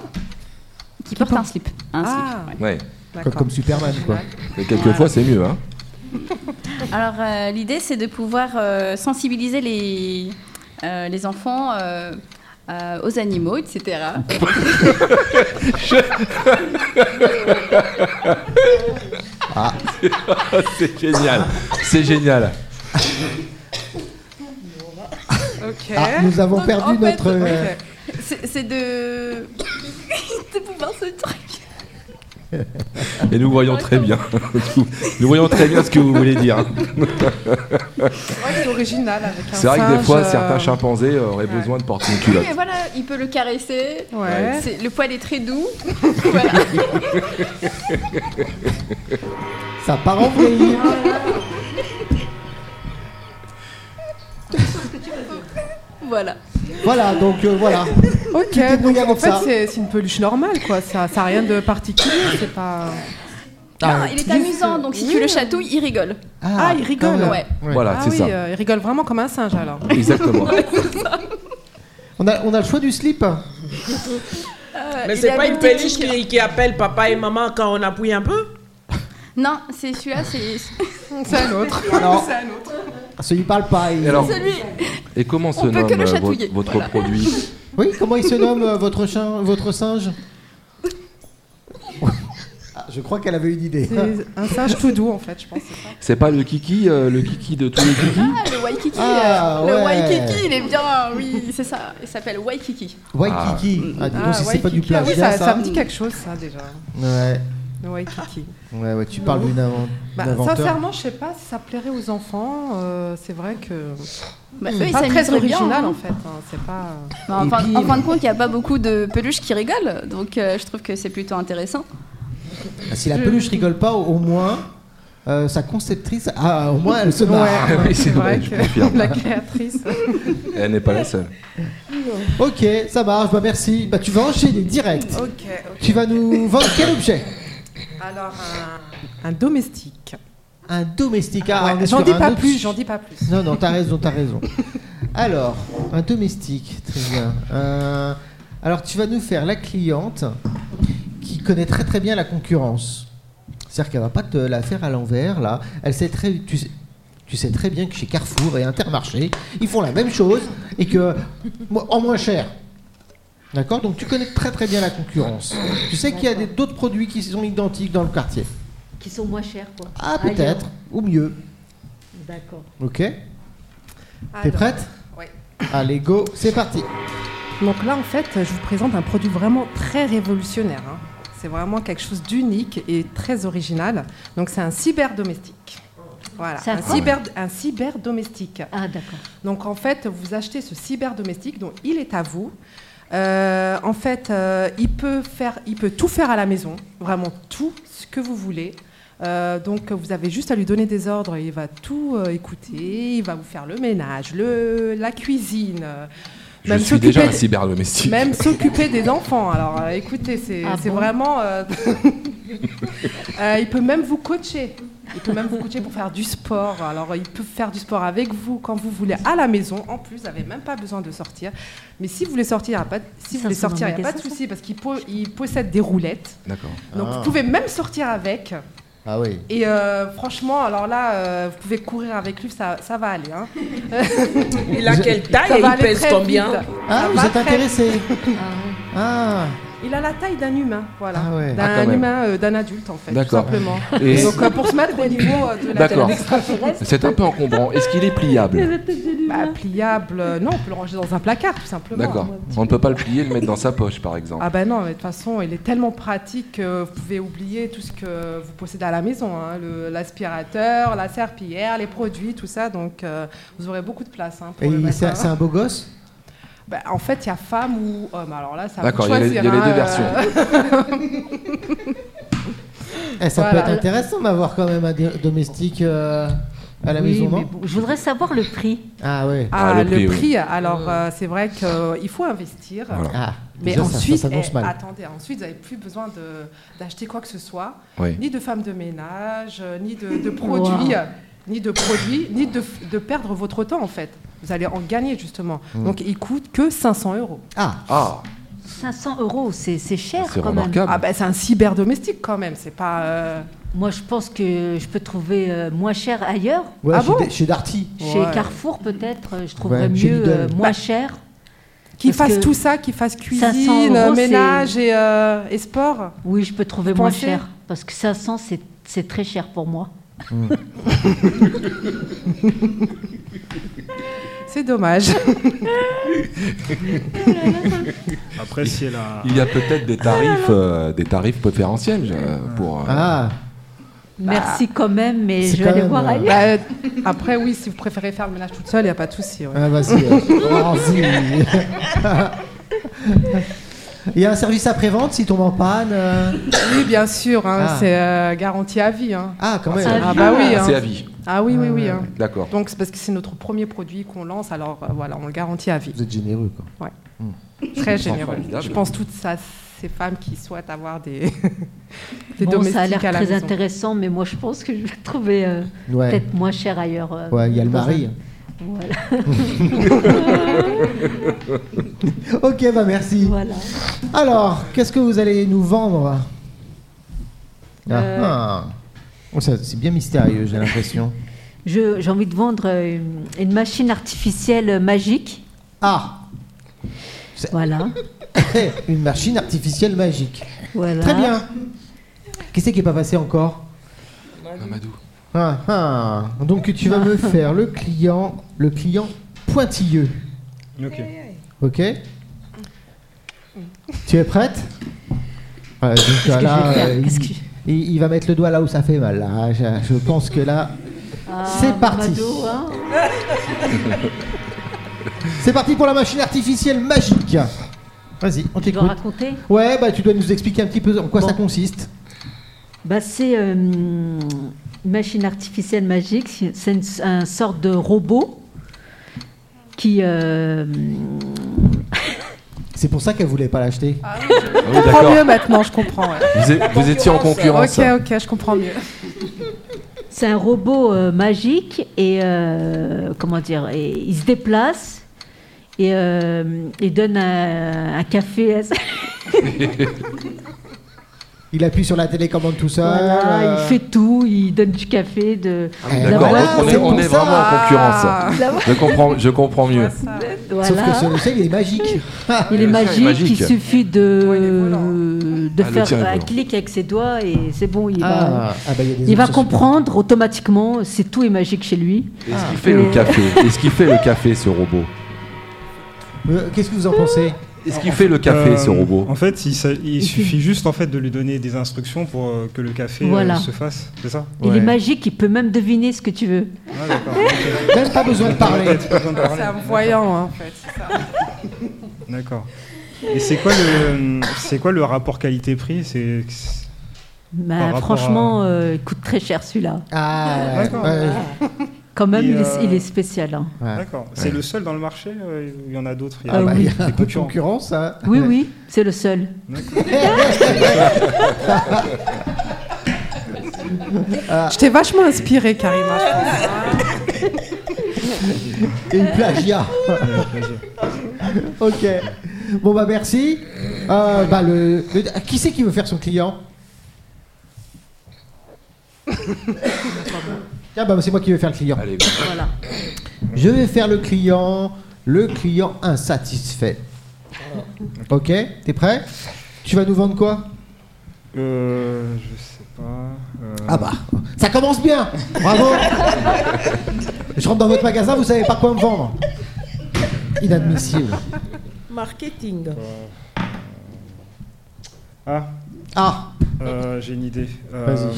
Qui porte un slip. Un slip.
Ah,
Ouais.
comme,
d'accord.
comme Superman quoi.
Mais quelquefois, c'est mieux. Hein.
Alors, euh, l'idée, c'est de pouvoir euh, sensibiliser les, euh, les enfants euh, euh, aux animaux, etc.
c'est génial. C'est génial.
Ok.
Ah, nous avons
Donc,
perdu
en fait,
notre. euh,
Ok.
C'est c'est de. de pouvoir ce truc.
Et nous voyons très bien. nous voyons très bien ce que vous voulez dire. hein.
C'est vrai que c'est original avec un
C'est vrai que des
singe,
fois,
euh,
certains chimpanzés auraient
ouais.
besoin de porter une
Oui,
culotte.
mais voilà, il peut le caresser.
Ouais.
C'est- Le poil est très doux. Voilà.
Ça part en vrille.
voilà.
voilà, donc euh, voilà.
Ok,
débrouilles
donc en
avec
fait,
ça.
c'est- c'est une peluche normale, quoi. Ça n'a rien de particulier. C'est pas.
Ah,
Non, il est amusant, donc si tu le chatouilles, il rigole.
Ah, il rigole.
quand même.
Ouais.
Voilà,
Ah
c'est
oui,
ça.
euh, il rigole vraiment comme un singe alors.
Exactement.
On a, on a le choix du slip.
Euh,
Mais
il
c'est
a
pas
mis
une
petite
peluche
tigre.
qui, qui appelle papa et maman quand on appuie un peu
Non, c'est celui-là, c'est celui
C'est un autre.
Alors,
C'est un autre.
celui parle pas. il-
Oh.
Et alors, et comment se
peut
nomme
que le
euh,
chatouiller.
votre, votre produit
Oui, comment il se nomme euh, votre chien, votre singe Ah, Je crois qu'elle avait une idée.
C'est un singe tout doux en fait, je pense. c'est ça.
C'est pas le kiki, euh, le kiki de tous les kikis
Ah, le Waikiki.
Ah,
euh, Le
ouais.
Waikiki, il est bien. Oui, c'est ça. Il s'appelle Waikiki.
Waikiki. Ah, dis donc, si c'est pas du
Waikiki. Ah oui,
plagiat,
ça, ça me dit quelque chose, ça déjà.
Ouais.
Le Waikiki.
Ouais, ouais, tu parles d'une invent-
Bah,
d'inventeur.
sincèrement, je sais pas si ça plairait aux enfants. euh, c'est vrai que c'est
Bah,
Hmm.
eux, ils
pas très
s'amuseraient bien.
original
hein.
en fait. hein, C'est pas.
Mais en, fin,
puis-
en fin de compte, il n'y a pas beaucoup de peluches qui rigolent, donc euh, je trouve que c'est plutôt intéressant.
Ah, Si la peluche rigole pas, au- au moins, euh, sa conceptrice, ah, au moins elle se marre.
Ouais,
Bah, oui, c'est vrai, je confirme.
la créatrice.
Elle n'est pas la seule.
Ok, ça marche, bah merci. Bah tu vas enchaîner direct.
ok, ok.
Tu vas nous vendre quel objet
Alors un, un domestique.
Un domestique. Ah,
Ouais,
on est
j'en
sur
dis
un
pas
autre-
plus, j'en dis pas plus.
Non, non, t'as raison, t'as raison. Alors, un domestique, très bien. Euh, alors, tu vas nous faire la cliente qui connaît très très bien la concurrence. C'est-à-dire qu'elle va pas te la faire à l'envers, là. Elle sait très, tu, sais, tu sais très bien que chez Carrefour et Intermarché, ils font la même chose et que mo- en moins cher. D'accord Donc, tu connais très très bien la concurrence. Tu sais qu'il y a des- d'autres produits qui sont identiques dans le quartier.
Qui sont moins chers, quoi.
Ah,
Ailleurs.
peut-être, ou mieux.
D'accord.
Ok T'es prête
Oui.
Allez, go, c'est parti.
Donc là, en fait, je vous présente un produit vraiment très révolutionnaire. hein. C'est vraiment quelque chose d'unique et très original. Donc c'est un cyberdomestique. Voilà,
C'est un
un,
quoi
cyber, un cyberdomestique.
Ah, d'accord.
Donc en fait, vous achetez ce cyberdomestique, donc il est à vous. Euh, en fait, euh, il, peut faire, il peut tout faire à la maison, vraiment tout ce que vous voulez. Euh, donc vous avez juste à lui donner des ordres, il va tout euh, écouter, il va vous faire le ménage, le, la cuisine, euh,
Je suis déjà
s'occuper
un
de-
cyberdomestique.
même s'occuper des enfants. Alors euh, écoutez, c'est
Ah
c'est
bon
vraiment. euh, euh, il peut même vous coacher. Il peut même vous coacher pour faire du sport. Alors il peut faire du sport avec vous quand vous voulez à la maison. En plus, vous n'avez même pas besoin de sortir. Mais si vous voulez sortir, il n'y a pas, si vous
Ça
voulez
se vend
sortir,
en
il n'y a pas de
magasin, ça
souci parce qu'il po- il possède des roulettes.
D'accord.
Donc
Ah.
vous pouvez même sortir avec.
Ah oui.
Et euh, franchement, alors là, euh, vous pouvez courir avec lui, ça, ça va aller. hein.
Il a quelle taille
Ça
et
va
il
aller
pèse
très
combien
vite.
Ah,
Ça
vous
va
êtes
très
intéressé
Ah, ouais.
Ah,
Il a la taille d'un humain, voilà.
Ah ouais.
Ah, quand
D'un
même.
humain, euh, d'un adulte en fait, tout
D'accord.
simplement.
Et-
Donc euh, pour se mettre au niveau euh, de la
D'accord.
taille extraterrestre,
C'est un peu encombrant. Est-ce qu'il est pliable
bah, pliable, euh, non, on peut le ranger dans un placard tout simplement.
D'accord. On ne peut pas le plier et le mettre dans sa poche, par exemple.
Ah ben non, mais de toute façon, il est tellement pratique que vous pouvez oublier tout ce que vous possédez à la maison, hein, le- l'aspirateur, la serpillière, les produits, tout ça. Donc euh, vous aurez beaucoup de place. hein, pour
Et
le
il-
mettre,
c'est
hein.
c'est un beau gosse
Ben, en fait, il y a femme ou homme. Alors là, Ah, ça euh, va
D'accord, il y a les- il y a les deux versions.
Eh, Ça
Voilà.
peut être intéressant d'avoir quand même un dé- domestique euh, à la
Oui,
maison,
mais
non
bon, je voudrais savoir le prix.
Ah ouais.
Ah,
Ah, le
le
prix,
prix,
oui.
alors euh, c'est vrai qu'il faut investir.
Voilà.
Ah,
Mais
déjà, ça-
ensuite,
ça s'annonce
eh,
mal.
attendez, ensuite, vous n'avez plus besoin de- d'acheter quoi que ce soit,
Oui.
ni de femmes de ménage, euh, ni de, de produits,
Wow.
euh, ni de produits, ni de, f- de perdre votre temps en fait. Vous allez en gagner justement.
Mm.
Donc il coûte que 500 euros.
Ah,
Ah,
500 euros, c'est c'est cher
c'est
quand même.
remarquable.
bah.
Ah ben c'est un cyberdomestique quand même, c'est pas. euh,
Moi, je pense que je peux trouver euh, moins cher ailleurs.
ouais,
Ah
je suis
bon
dé- je suis Darty.
Chez
Ouais.
Carrefour, peut-être, euh, je trouverais
chez
mieux
Lidl.
euh, moins
Bah,
cher.
Qui
Parce
fasse
que-
tout ça, qui fasse
500
cuisine,
euros,
euh,
c'est-
ménage et, euh, et sport.
Oui, je peux trouver
Vous
moins
pensez
cher. Parce que 500, c'est- c'est très cher pour moi.
C'est dommage.
Après, si elle a.
Il y a peut-être des tarifs, euh, des tarifs préférentiels euh, pour. euh,
Ah,
Merci quand même, mais
Bah, c'est
je vais
quand
aller
même,
voir
euh,
ailleurs.
Bah, euh, après oui, si vous préférez faire le ménage toute seule, il n'y a pas de souci. ouais.
ah, vas-y. euh, vas-y. Il y a un service après-vente si tombe en panne. euh.
Oui, bien sûr, hein,
Ah.
c'est euh, garanti à vie. hein.
Ah, quand même.
Ah,
Ah bah oui.
C'est
hein.
à vie.
Ah oui, oui, oui. hein.
D'accord.
Donc c'est parce que c'est notre premier produit qu'on lance, alors euh, voilà, on le garantit à vie.
Vous êtes généreux, quoi.
Très
comprends,
généreux.
formidable.
Je pense toutes ça, ces femmes qui souhaitent avoir des, des
Bon,
domestiques
ça a l'air
à la
très
maison.
intéressant, mais moi, je pense que je vais trouver euh,
Ouais.
peut-être moins cher ailleurs. euh,
Ouais, il y a le
dans un-
mari.
Voilà.
Ok, bah merci.
voilà.
Alors, qu'est-ce que vous allez nous vendre Ah,
Euh.
ah. Oh, ça, C'est bien mystérieux, j'ai l'impression.
Je- J'ai envie de vendre euh, une, une machine artificielle magique.
Ah,
Voilà.
une machine artificielle magique.
voilà.
Très bien. Qu'est-ce qui n'est pas passé encore
Mamadou.
Ah, ah. Donc tu vas me faire le client, le client pointilleux,
Ok.
ok Tu es prête Voilà, donc,
Qu'est-ce que je
là,
vais faire
euh,
Qu'est-ce
il,
que je-
il- il va mettre le doigt là où ça fait mal. là. Je, je pense que là,
Ah,
C'est parti.
Mamadou, hein.
c'est parti pour la machine artificielle magique. Vas-y, on
Je dois
t'écoute.
raconter.
Ouais, bah tu dois nous expliquer un petit peu en quoi ça consiste.
Bah, c'est euh, une machine artificielle magique. C'est c'est une, un sorte de robot qui. euh,
C'est pour ça qu'elle voulait pas l'acheter.
Ah oui,
Je comprends
d'accord.
mieux maintenant, je comprends. ouais.
Vous, êtes- vous étiez en concurrence.
Ok, ok, je comprends mieux.
C'est un robot euh, magique et euh, comment dire et Il se déplace et euh, il donne un, un café. à sa-
Il appuie sur la télécommande tout seul.
Voilà,
euh,
Il fait tout. Il donne du café. De,
Eh,
D'accord,
voilà,
donc on est,
c'est
on
pour
est
ça.
vraiment en
Ah.
bah
concurrence. Je comprends, je comprends mieux.
Sauf
voilà.
que ce logiciel, il est magique.
Le
Il est
chien est
magique,
magique.
il suffit de,
Ouais, il est volant.
euh, de
Ah, le tien est
faire un
volant.
clic avec ses doigts et c'est bon, il va,
Ah, ah bah, il y a des
il va
options.
comprendre automatiquement, c'est tout est magique chez lui.
Est-ce qu'il fait le café Est-ce qu'il fait le café, ce robot
Euh, Qu'est-ce que vous en pensez
Est-ce qu'il fait le café,
Euh,
ce robot
En fait, il, sa- il suffit juste en fait de lui donner des instructions pour euh, que le café euh,
Voilà.
se fasse. C'est ça
Il
Ouais.
est magique, il peut même deviner ce que tu veux.
Ah d'accord. ok.
Même pas besoin de parler.
Pas besoin de parler.
C'est un voyant, hein, en fait. c'est ça.
D'accord. Et c'est quoi le c'est quoi le rapport qualité-prix C'est
Bah,
Par rapport
franchement, euh, il coûte très cher celui-là.
Ah,
D'accord.
ouais,
Quand même,
Et,
il, est,
euh,
il est spécial. hein.
ouais.
d'accord. C'est le seul dans le marché euh, Il y en a d'autres Il y a
Ah
Euh,
bah, il y
oui.
a un
des
peu de
concurrents.
concurrence. hein.
Oui, oui, c'est le seul.
Ah.
Je t'ai vachement inspiré, Karima. je pense.
Et une plagiat. ok. Bon, bah merci. Euh, bah, le, le- qui c'est qui veut faire son client Ah bah c'est moi qui vais faire le client.
Allez,
Voilà.
Je vais faire le client, le client insatisfait. Ok, t'es prêt Tu vas nous vendre quoi
Euh, je sais pas. euh,
Ah bah, ça commence bien Bravo Je rentre dans votre magasin, vous savez pas quoi me vendre. Inadmissible.
Marketing.
euh, Ah,
Ah,
euh, j'ai une idée. Euh,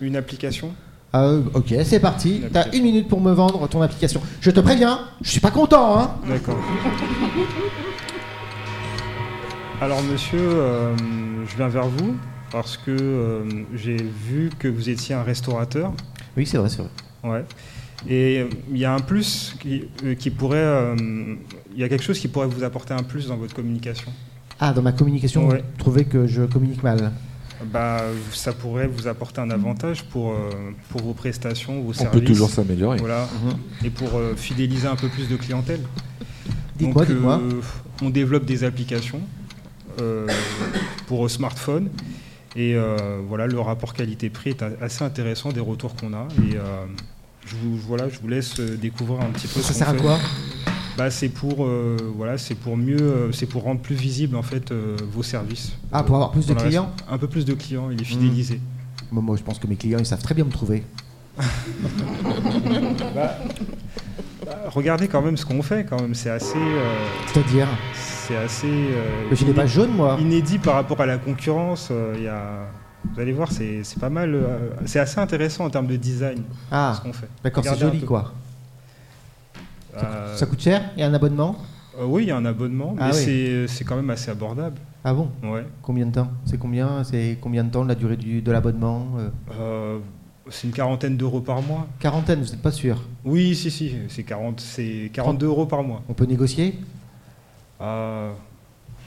une application
euh, ok, c'est parti. T'as une minute pour me vendre ton application. Je te préviens, je suis pas content, hein
D'accord. Alors monsieur, euh, je viens vers vous parce que euh, j'ai vu que vous étiez un restaurateur.
Oui, c'est vrai, c'est vrai.
Ouais. Et euh, il y a un plus qui, euh, qui pourrait... euh, Il y a quelque chose qui pourrait vous apporter un plus dans votre communication.
Ah, dans ma communication,
Ouais.
vous trouvez que je communique mal.
Bah, ça pourrait vous apporter un avantage pour, euh, pour vos prestations, vos
On
services.
peut toujours s'améliorer.
Voilà. Et pour euh, fidéliser un peu plus de clientèle.
Dites-moi,
Donc,
dites-moi.
euh, on développe des applications euh, pour smartphone. Et euh, voilà, le rapport qualité-prix est a- assez intéressant des retours qu'on a. Et euh, je, vous, voilà, je vous laisse euh, découvrir un petit peu.
ça
ce qu'on
sert à
fait.
quoi
bah, C'est pour, euh, voilà, c'est pour mieux, euh, c'est pour rendre plus visible en fait euh, vos services.
Ah, pour avoir plus de
Dans la
clients Mhm.
restau- Un peu plus de clients, il est fidélisé.
Moi, moi, je pense que mes clients, ils savent très bien me trouver.
Regardez quand même ce qu'on fait, quand même, c'est assez, euh,
C'est-à-dire
c'est assez. euh,
Mais je n'ai pas
inédit-
jaune, moi.
inédit par rapport à la concurrence. euh, il y a- Vous allez voir, c'est c'est pas mal. euh, c'est assez intéressant en termes de design,
Ah,
ce qu'on fait.
d'accord, c'est
Regardez un
joli,
peu.
quoi.
Euh,
Ça coûte cher Il y a un abonnement
euh, oui, il y a un abonnement,
Ah
mais
oui.
c'est- c'est quand même assez abordable.
Ah bon
Ouais.
Combien de temps C'est combien C'est combien de temps la durée du, de l'abonnement euh,
Euh, c'est une quarantaine d'euros par mois.
Quarantaine, vous n'êtes pas sûr
Oui, si, si, c'est 40, c'est 42 euros par mois.
On peut négocier
Euh,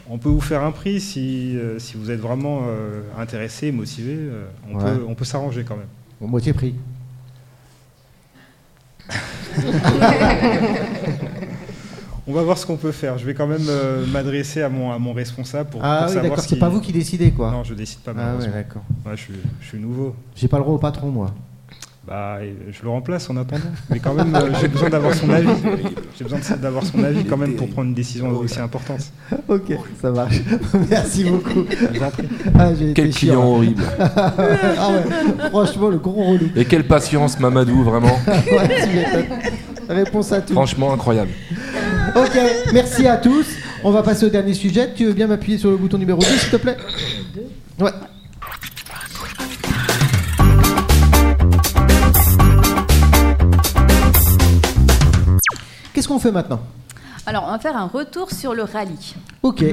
on peut vous faire un prix si, euh, si vous êtes vraiment euh, intéressé, motivé. euh, on
Ouais.
peut, on peut s'arranger quand même.
Au moitié prix.
On va voir ce qu'on peut faire. Je vais quand même euh, m'adresser à mon, à mon responsable pour,
Ah
pour
oui,
savoir
d'accord,
ce
c'est
qu'il-
pas vous qui décidez, quoi.
Non, je décide pas
ah ouais,
malheureusement.
d'accord.
Ouais, je, suis, je suis nouveau.
J'ai pas le droit au patron, moi.
Bah, et je le remplace en attendant. Mais quand même, euh, j'ai besoin d'avoir son avis. J'ai besoin de- d'avoir son avis quand même pour prendre une décision aussi importante.
ok, ça marche. Merci beaucoup. Ah, j'ai été
Quel
chiant.
client horrible.
Ah ouais, franchement, le gros relou.
Et quelle patience, Mamadou, vraiment.
Ouais, tu m'étonnes. Réponse à tout.
Franchement, incroyable.
Ok, merci à tous. On va passer au dernier sujet. Tu veux bien m'appuyer sur le bouton numéro 2, s'il te plaît Ouais. Qu'est-ce qu'on fait maintenant
Alors, on va faire un retour sur le rallye.
Ok.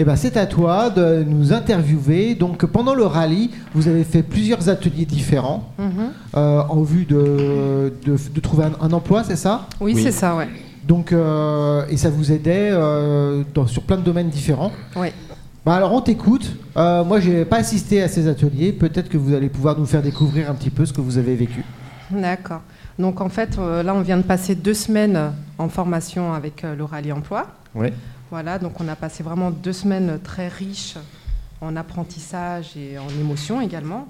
Eh ben, c'est à toi de nous interviewer. Donc, pendant le rallye, vous avez fait plusieurs ateliers différents euh, en vue de, de, de trouver un- un emploi, c'est ça
Oui,
Oui.
c'est ça, ouais.
Donc, euh, et ça vous aidait euh, dans- sur plein de domaines différents.
Ouais.
Bah alors, on t'écoute. Euh, moi, je n'ai pas assisté à ces ateliers. Peut-être que vous allez pouvoir nous faire découvrir un petit peu ce que vous avez vécu.
D'accord. Donc en fait, euh, là, on vient de passer deux semaines en formation avec euh, le Rallye Emploi.
Ouais.
Voilà, donc on a passé vraiment deux semaines très riches en apprentissage et en émotion également.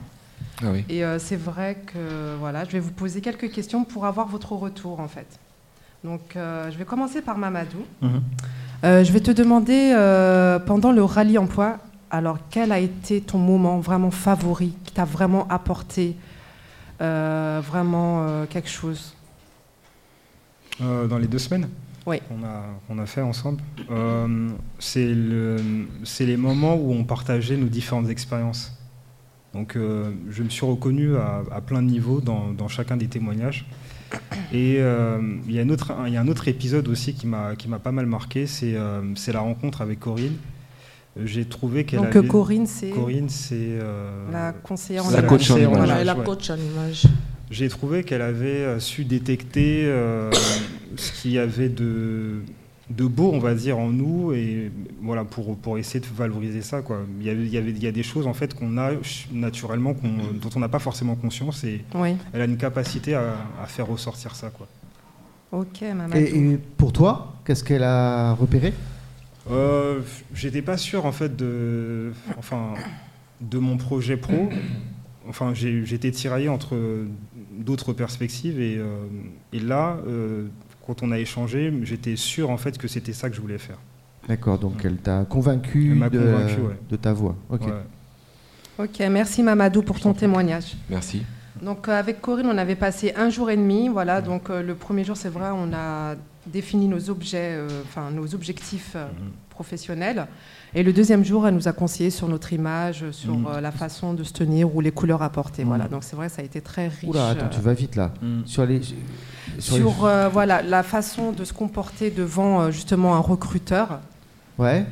Ah oui.
Et euh, c'est vrai que voilà, je vais vous poser quelques questions pour avoir votre retour en fait. Donc euh, je vais commencer par Mamadou.
Mhm.
Euh, je vais te demander euh, pendant le rallye emploi, alors quel a été ton moment vraiment favori qui t'a vraiment apporté euh, vraiment euh, quelque chose
Euh, dans les deux semaines
Oui.
qu'on a, qu'on a fait ensemble, euh, c'est le- c'est les moments où on partageait nos différentes expériences. Donc euh, je me suis reconnu à, à plein de niveaux dans, dans chacun des témoignages. Et euh, il y, a une autre- un- il y a un autre épisode aussi qui m'a qui m'a pas mal marqué, c'est euh, c'est la rencontre avec Corinne. Euh, J'ai trouvé qu'elle
Donc
avait...
Corinne, c'est
Corinne, c'est... euh,
la conseillère
c'est
en
La
image.
coach en
conseillère
image.
Voilà,
Ouais,
la
ouais.
coach en image.
J'ai trouvé qu'elle avait euh, su détecter euh, ce qu'il y avait de, de beau, on va dire, en nous, et voilà, pour, pour essayer de valoriser ça. Quoi. Il, y avait, il, y avait- il y a des choses en fait qu'on a ch- naturellement, qu'on- dont on n'a pas forcément conscience, et
Oui.
elle a une capacité à, à faire ressortir ça. Quoi.
OK, Mamadou.
Et, et pour toi, qu'est-ce qu'elle a repéré
Euh, J'étais pas sûr en fait de, enfin, de mon projet pro. Enfin, j'ai- j'étais tiraillé entre d'autres perspectives et, euh, et là, euh, quand on a échangé, j'étais sûr en fait que c'était ça que je voulais faire.
D'accord, donc elle t'a convaincu,
Elle m'a
de,
convaincu, ouais.
de ta voix. Ok.
Ouais.
Ok, merci Mamadou pour ton témoignage.
Merci.
Donc euh, avec Corinne, on avait passé un jour et demi. Voilà, donc euh, le premier jour, c'est vrai, on a défini nos objets, euh, enfin nos objectifs euh, professionnels. Et le deuxième jour, elle nous a conseillé sur notre image, sur
Mhm.
euh, la façon de se tenir ou les couleurs à porter.
Mhm.
Voilà, donc c'est vrai, ça a été très riche.
Oula, attends, tu vas vite là.
Mm.
Mm-hmm.
Sur les.
euh,
les-
sur euh, voilà la façon de se comporter devant euh, justement un recruteur.
Ouais.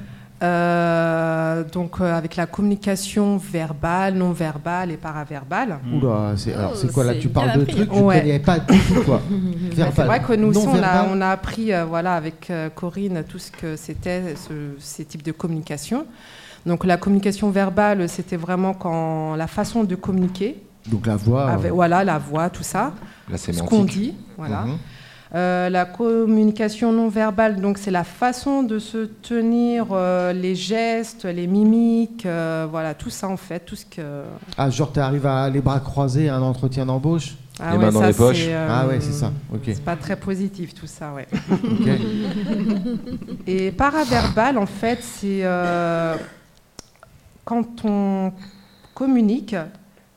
Euh, donc euh, avec la communication verbale, non verbale et paraverbale.
Mm.
Oula, c'est alors, c'est
Oh,
quoi là
c'est
Tu parles de
bien appris.
trucs, tu
Ouais.
connais pas du tout quoi.
Bah, C'est
Verbal,
vrai que nous aussi, on a,
non-verbal.
on a appris euh, voilà, avec euh, Corinne tout ce que c'était, ce- ces types de communication. Donc la communication verbale, c'était vraiment quand la façon de communiquer,
Donc la voix.
avec,
euh,
voilà, la voix, tout ça,
La
ce qu'on
sémantique.
dit. Voilà.
mhm.
Euh, la communication non verbale, donc c'est la façon de se tenir, euh, les gestes, les mimiques, euh, voilà, tout ça en fait, tout ce que...
Ah, genre t'arrives à les bras croisés à un entretien d'embauche
Ah
Les mains dans les
c'est,
poches.
euh,
Ah ouais, c'est ça. Ok.
C'est pas très positif tout ça, ouais.
ok.
Et paraverbal, en fait, c'est euh, quand on communique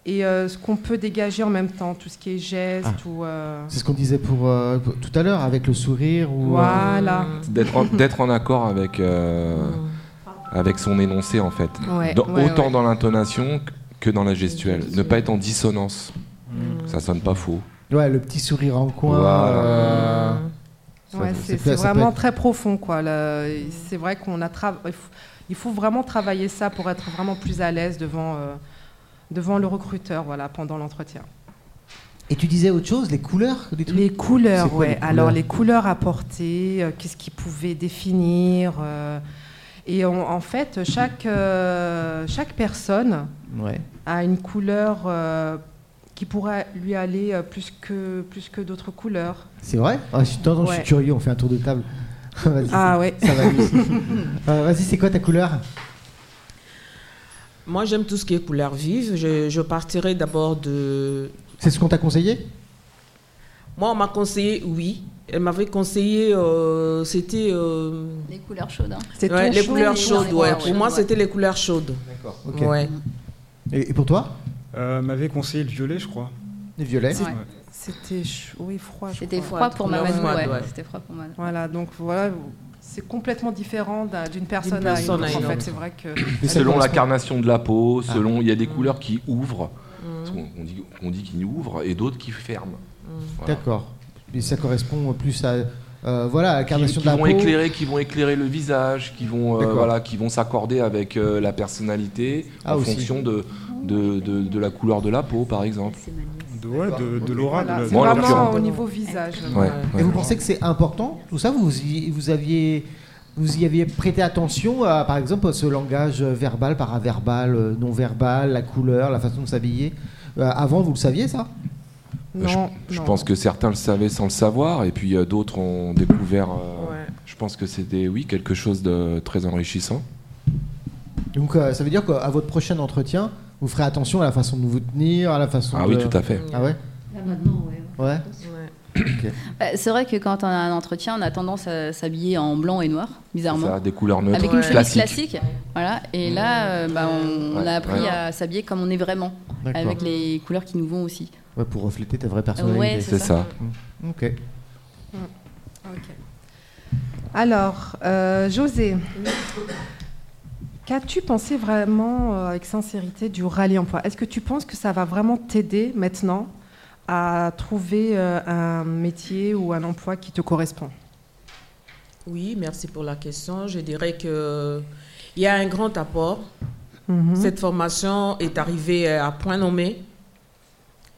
et euh, ce qu'on peut dégager en même temps, tout ce qui est geste
Ah.
ou. euh,
C'est ce qu'on disait pour euh, pour- tout à l'heure avec le sourire ou. euh,
voilà.
D'être en, d'être en accord avec, euh,
Mm.
avec son énoncé, en fait.
Ouais,
Dans-
ouais,
autant
ouais.
dans l'intonation que dans la gestuelle. Ne pas être en dissonance. Ça sonne pas faux.
Ouais, le petit sourire en coin.
Voilà.
euh,
Ouais,
ça
c'est
peut-
c'est
ça peut
vraiment
être-
très profond, quoi. le- C'est vrai qu'on a tra- il faut- Il faut vraiment travailler ça pour être vraiment plus à l'aise devant, euh, devant le recruteur, voilà, pendant l'entretien.
Et tu disais autre chose, les couleurs des trucs
Les couleurs,
C'est quoi,
ouais.
les couleurs
Alors les couleurs apportées, euh, qu'est-ce qu'ils pouvaient définir euh, Et on- en fait, chaque, euh, chaque personne
Ouais.
a une couleur euh, qui pourrait lui aller euh, plus que, plus que d'autres couleurs.
C'est vrai ah, je, attends, attends, je suis
Ouais.
curieux, on fait un tour de table. Vas-y.
Ah ouais.
Ça va, Lucie. Euh, Vas-y, c'est quoi ta couleur
Moi, j'aime tout ce qui est couleur vive. Je, je partirai d'abord de.
C'est ce qu'on t'a conseillé
Moi, on m'a conseillé, oui. Elle m'avait conseillé, euh, c'était. euh,
Les couleurs chaudes. hein.
C'est
ouais,
ton
les
choix.
couleurs
les
chaudes,
couleurs
ouais.
chaudes,
Pour moi,
ouais.
c'était les couleurs chaudes.
D'accord. ok.
Ouais.
Et, et pour toi
Euh, m'avait conseillé le violet, je crois.
Les violets.
Ouais.
C'était chaud, oui, froid. je
C'était
crois.
froid pour
couleur
Mamadou.
froide,
ouais,
ouais.
C'était froid pour Mamadou.
Voilà, donc voilà, c'est complètement différent d'un- d'une personne, à une
personne
autre.
à une
En fait,
autre.
c'est Ah. vrai que
Mais ça
Selon la
correspond-
carnation de la peau, selon il y a des couleurs qui
Mhm.
ouvrent,
Mm,
parce qu'on- on dit qu'on dit qu'ils ouvrent et d'autres qui ferment. Voilà.
D'accord. Mais ça correspond plus à euh, voilà, à la
Qui,
carnation
qui
de la
vont
peau.
éclairer, qui vont éclairer le visage, qui vont euh,
D'accord.
voilà, qui vont s'accorder avec euh, la personnalité
Ah,
en
aussi.
fonction de, de, de- de la couleur de la peau par exemple.
De, ouais, de, de l'aura.
voilà,
de la-
c'est
Moi, en
vraiment
l'occurrence.
au niveau visage.
Ouais,
Ouais.
Et
ouais.
vous pensez que c'est important Tout ça, vous y, vous aviez vous y aviez prêté attention à, par exemple, à ce langage verbal, paraverbal, euh, non-verbal, la couleur, la façon de s'habiller. Euh, avant, vous le saviez ça
Non,
je, je
non.
pense que certains le savaient sans le savoir et puis euh, d'autres ont découvert. euh,
Ouais.
Je pense que c'était oui quelque chose de très enrichissant.
Donc euh, ça veut dire qu'à votre prochain entretien, vous ferez attention à la façon de vous tenir, à la façon
Ah
de...
oui tout à fait.
Ah ouais
Là maintenant, ouais.
Ouais
Ouais.
Bah, C'est vrai que quand on a un entretien, on a tendance à s'habiller en blanc et noir, bizarrement.
Ça, des couleurs neutres,
Avec une chemise
classiques.
classique. Voilà. Et là, euh, bah, on, on
Ouais,
a appris
ouais.
à s'habiller comme on est vraiment,
D'accord.
avec les couleurs qui nous vont aussi.
Ouais, pour refléter ta vraie
Euh,
personnalité.
ouais,
C'est ça.
Ok.
Ok. Alors, euh, José, qu'as-tu pensé vraiment euh, avec sincérité du rallye emploi Est-ce que tu penses que ça va vraiment t'aider maintenant à trouver euh, un métier ou un emploi qui te correspond
Oui, merci pour la question. Je dirais que il y a un grand apport. Cette formation est arrivée euh, à point nommé.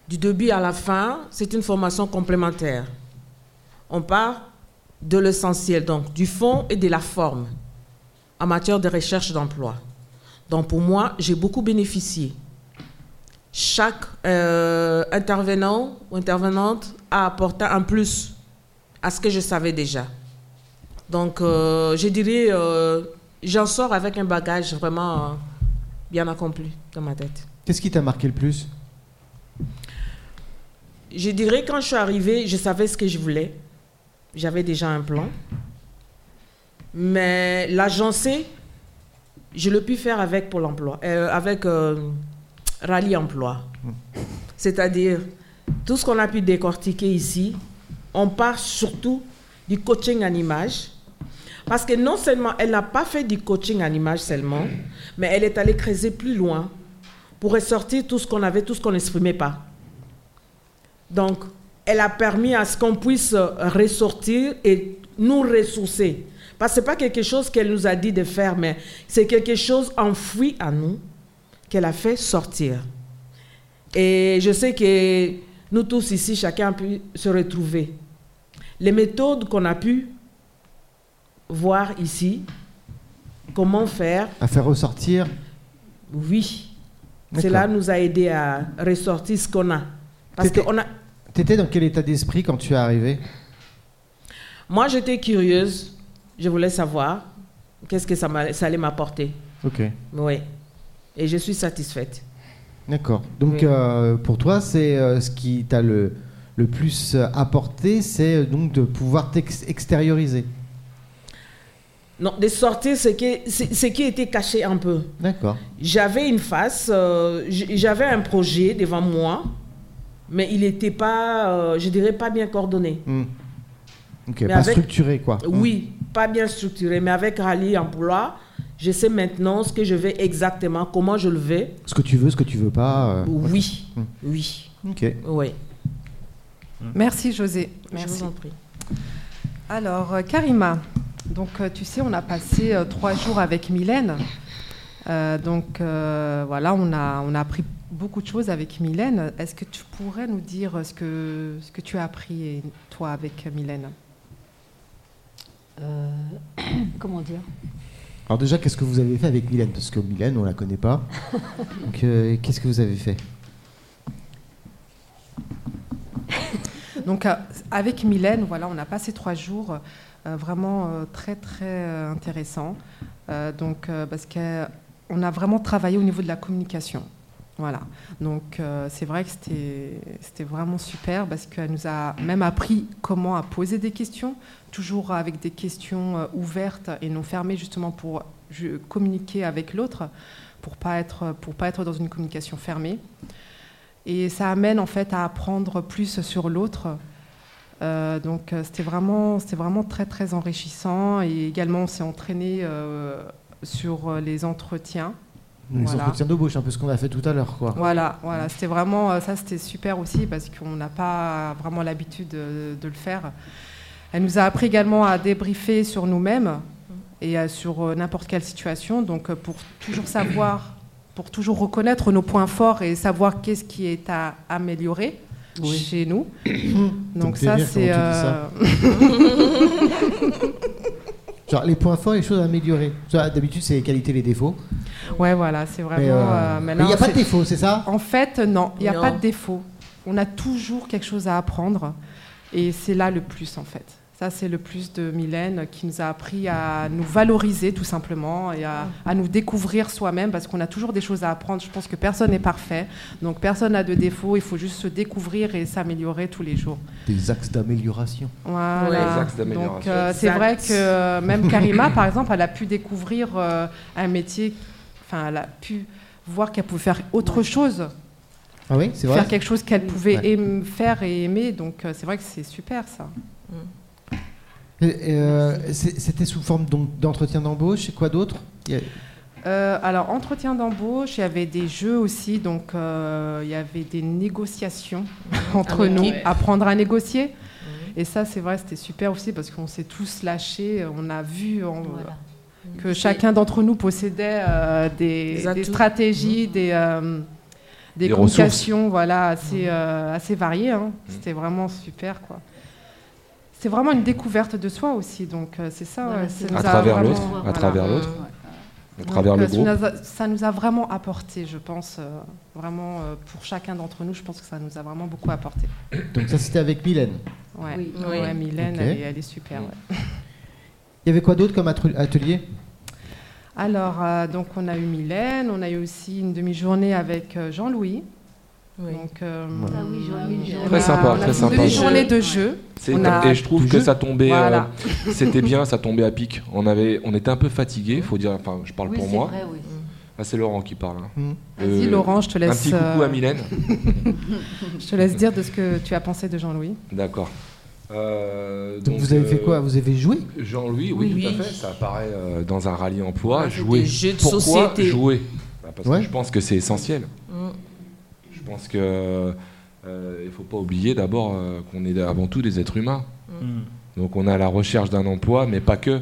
Du début à la fin, c'est une formation complémentaire. On part de l'essentiel, donc du fond et de la forme en matière de recherche d'emploi. Donc pour moi, j'ai beaucoup bénéficié. Chaque euh, intervenant ou intervenante a apporté un plus à ce que je savais déjà. Donc, euh, je dirais, euh, j'en sors avec un bagage vraiment euh, bien accompli dans ma tête.
Qu'est-ce qui t'a marqué le plus
Je dirais, quand je suis arrivée, je savais ce que je voulais. J'avais déjà un plan. Mais l'agencé, je le puis faire avec Pôle emploi, euh, avec euh, Rallye emploi. C'est-à-dire, tout ce qu'on a pu décortiquer ici, on part surtout du coaching en image. Parce que non seulement elle n'a pas fait du coaching en image seulement, mais elle est allée creuser plus loin pour ressortir tout ce qu'on avait, tout ce qu'on n'exprimait pas. Donc, elle a permis à ce qu'on puisse euh, ressortir et nous ressourcer. Parce que ce n'est pas quelque chose qu'elle nous a dit de faire, mais c'est quelque chose enfoui à nous qu'elle a fait sortir. Et je sais que nous tous ici, chacun a pu se retrouver. Les méthodes qu'on a pu voir ici, comment faire,
À faire ressortir.
oui,
D'accord.
cela nous a aidé à ressortir ce qu'on a. Parce que
T'étais-
on a,
T'étais dans quel état d'esprit quand tu es arrivé
Moi, j'étais curieuse. Je voulais savoir qu'est-ce que ça, m'a- ça allait m'apporter.
Ok.
Oui. Et je suis satisfaite.
D'accord. Donc
Oui.
euh, pour toi, c'est euh, ce qui t'a le, le plus euh, apporté, c'est euh, donc de pouvoir t'extérioriser.
Non, de sortir ce qui, ce ce qui était caché un peu.
D'accord.
J'avais une face, euh, j- j'avais un projet devant moi, mais il n'était pas, euh, je dirais, pas bien coordonné.
Hmm. Ok,
Mais
pas
avec-
structuré quoi. Hmm.
Oui, pas bien structuré, mais avec Rallye Emploi, je sais maintenant ce que je vais exactement, comment je le vais.
Ce que tu veux, ce que tu veux pas. euh,
Oui,
Mm.
oui,
Ok.
oui.
Merci José.
Je
Merci.
vous en prie.
Alors, euh, Karima, donc euh, tu sais, on a passé euh, trois jours avec Mylène. Euh, donc euh, voilà, on a, on a appris beaucoup de choses avec Mylène. Est-ce que tu pourrais nous dire euh, ce que, ce que tu as appris, et toi, avec euh, Mylène
Euh, comment dire
Alors déjà, qu'est-ce que vous avez fait avec Mylène Parce que Mylène, on la connaît pas. Donc euh, qu'est-ce que vous avez fait
Donc, euh, avec Mylène, voilà, on a passé trois jours euh, vraiment euh, très, très euh, intéressants. Euh, donc, euh, parce qu'on a vraiment travaillé au niveau de la communication. Voilà. Donc, euh, c'est vrai que c'était c'était vraiment super parce qu'elle nous a même appris comment à poser des questions, toujours avec des questions euh, ouvertes et non fermées, justement pour ju- communiquer avec l'autre, pour pas être pour pas être dans une communication fermée. Et ça amène en fait à apprendre plus sur l'autre. Euh, donc euh, c'était vraiment, c'était vraiment très très enrichissant. Et également on s'est entraîné euh, sur euh, les entretiens.
Les
Voilà.
entretiens d'embauche, un peu ce qu'on a fait tout à l'heure quoi.
Voilà, voilà, c'était vraiment euh, ça, c'était super aussi parce qu'on n'a pas vraiment l'habitude euh, de, de le faire. Elle nous a appris également à débriefer sur nous-mêmes et euh, sur euh, n'importe quelle situation, donc euh, pour toujours savoir, pour toujours reconnaître nos points forts et savoir qu'est-ce qui est à améliorer chez nous.
Donc,
donc
t'es
ça,
bien
c'est euh,
comment tu dis ça. Genre les points forts et les choses à améliorer. Ça, D'habitude, c'est les qualités, les défauts.
euh, ouais, voilà, c'est vraiment.
mais
euh, mais
il
là,
n'y a pas de
c'est-
défauts, c'est ça
En fait, non, il n'y a
Non.
pas de défaut. On a toujours quelque chose à apprendre. Et c'est là le plus, en fait. Ça, c'est le plus de Mylène qui nous a appris à nous valoriser, tout simplement, et à, à nous découvrir soi-même, parce qu'on a toujours des choses à apprendre. Je pense que personne n'est parfait. Donc, personne n'a de défaut. Il faut juste se découvrir et s'améliorer tous les jours.
Des axes d'amélioration.
Voilà.
Ouais, les
axes d'amélioration.
Donc, euh, c'est
Exact.
vrai que euh, même Karima, par exemple, elle a pu découvrir euh, un métier. Enfin, elle a pu voir qu'elle pouvait faire autre chose
Ah oui, c'est vrai.
faire quelque chose qu'elle pouvait
Ouais.
aim- faire et aimer. Donc euh, c'est vrai que c'est super ça.
Et, et, euh, c'est- C'était sous forme donc d'entretien d'embauche et quoi d'autre Il y a-
Euh, alors entretien d'embauche, il y avait des jeux aussi, donc euh, il y avait des négociations entre
Ah,
nous,
ok.
apprendre à négocier. Et ça c'est vrai, c'était super aussi parce qu'on s'est tous lâchés, on a vu en-
Voilà.
que chacun d'entre nous possédait euh, des,
Des atouts.
des stratégies, des, euh, des,
Des Mhm.
communications voilà, assez, euh, assez variées. hein. C'était vraiment super. quoi. C'est vraiment une découverte de soi aussi, donc euh, c'est ça.
Voilà,
ouais,
c'est
ça
ça.
nous
À
a
travers
vraiment-
l'autre, à
voilà.
travers
Voilà.
l'autre, à
Donc,
travers le
euh, ça
groupe.
nous a- ça nous a vraiment apporté, je pense. euh, vraiment, euh, pour chacun d'entre nous, je pense que ça nous a vraiment beaucoup apporté.
Donc ça c'était avec Mylène.
Ouais,
Oui.
Oui.
Ouais, Mylène,
Ok.
elle, est, elle est super. ouais.
Il y avait quoi d'autre comme atru- atelier
Alors, euh, donc on a eu Mylène, on a eu aussi une demi-journée avec euh, Jean-Louis.
Oui.
Donc, euh,
Ouais.
Ah oui, j'aurais mis le
on
jeu.
a-
Très sympa,
on a
très
une
sympa.
demi-journée de jeu.
C'est-
On a
Et je trouve
du
que
jeu.
ça tombait, euh,
Voilà.
c'était bien, ça tombait à pic. On avait, on était un peu fatigué, faut dire. Enfin, je parle
Oui,
pour
c'est
moi.
vrai, oui.
Ah, c'est Laurent qui parle. hein.
Mm.
Vas-y,
Euh,
Laurent, je te laisse.
Un petit coucou
euh,
à Mylène.
Je te laisse dire de ce que tu as pensé de Jean-Louis.
D'accord. Euh,
Donc, vous avez fait
euh,
quoi Vous avez joué
Jean-Louis, oui,
Oui,
tout à
oui.
fait. Ça apparaît euh, dans un rallye emploi.
Ah, c'est
jouer.
des jeux de
Pourquoi
société.
jouer Bah, Parce
Ouais.
que je pense que c'est essentiel.
Mm.
Je pense que euh, il faut pas oublier d'abord euh, qu'on est avant tout des êtres humains.
Mm.
Donc on est à la recherche d'un emploi, mais pas que.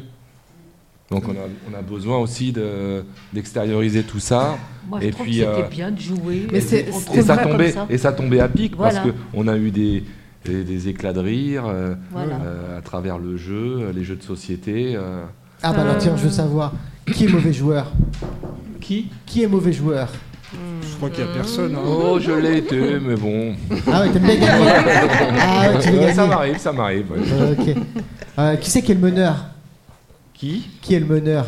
Donc on a, on a besoin aussi de- d'extérioriser tout ça.
Moi, je
Et
trouve
puis,
que c'était
euh,
bien de jouer.
Mais c'est-
on
c'est
trouve
Et ça,
pas comme
tombait,
ça.
et ça tombait à pic
Voilà.
parce qu'on a eu des, des, des éclats de rire euh,
Voilà.
euh, à travers le jeu, les jeux de société. euh.
Ah bah alors tiens, je veux savoir qui est mauvais joueur.
Qui
Qui est mauvais joueur
Je crois qu'il n'y a personne. hein.
Oh, je l'ai été, mais bon.
Ah ouais, t'aimes bien gagner. Ah ouais, tu veux
Ouais,
gagner.
ça m'arrive, ça m'arrive. ouais.
Euh, ok. Euh, qui c'est qui est le meneur
Qui
Qui est le meneur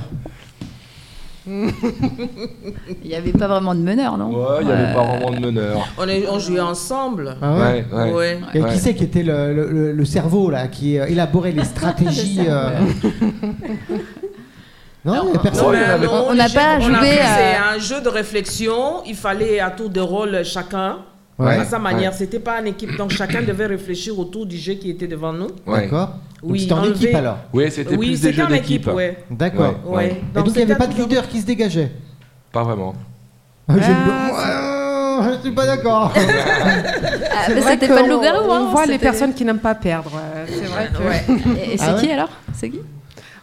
Il n'y avait pas vraiment de meneur, non
Ouais, il n'y avait pas vraiment de meneur.
On, est, on jouait ensemble.
Ah
Ouais, ouais.
Ouais.
Et
Ouais.
qui c'est qui était le, le- le- le cerveau là, qui euh, élaborait les stratégies euh, Non, il y a personne.
Non, mais
il y en avait
non,
On n'a
les
pas
jeux- on a
joué,
fait-
euh,
C'est un jeu de réflexion. Il fallait à tour de rôle chacun.
Ouais,
À sa manière, c'était pas en équipe, donc chacun devait réfléchir autour du jeu qui était devant nous.
Ouais.
D'accord. Donc
Oui,
c'était en
enlever-
équipe alors.
Oui, c'était
oui,
plus des
c'était
jeux
en
d'équipe.
équipe, ouais.
D'accord.
Ouais.
ouais.
hein. Et donc il n'y
c'était
avait pas de
toujours-
leader qui se dégageait.
Pas vraiment.
Ah, j'ai-
Ah,
Moi, euh, je suis pas d'accord.
Ah,
C'est
bah,
vrai
C'était
qu'on-
pas le loup-garou, hein,
On voit les
c'était-
personnes qui n'aiment pas perdre. euh, C'est vrai que.
Ouais.
Et, et c'est
Ah ouais
qui alors C'est qui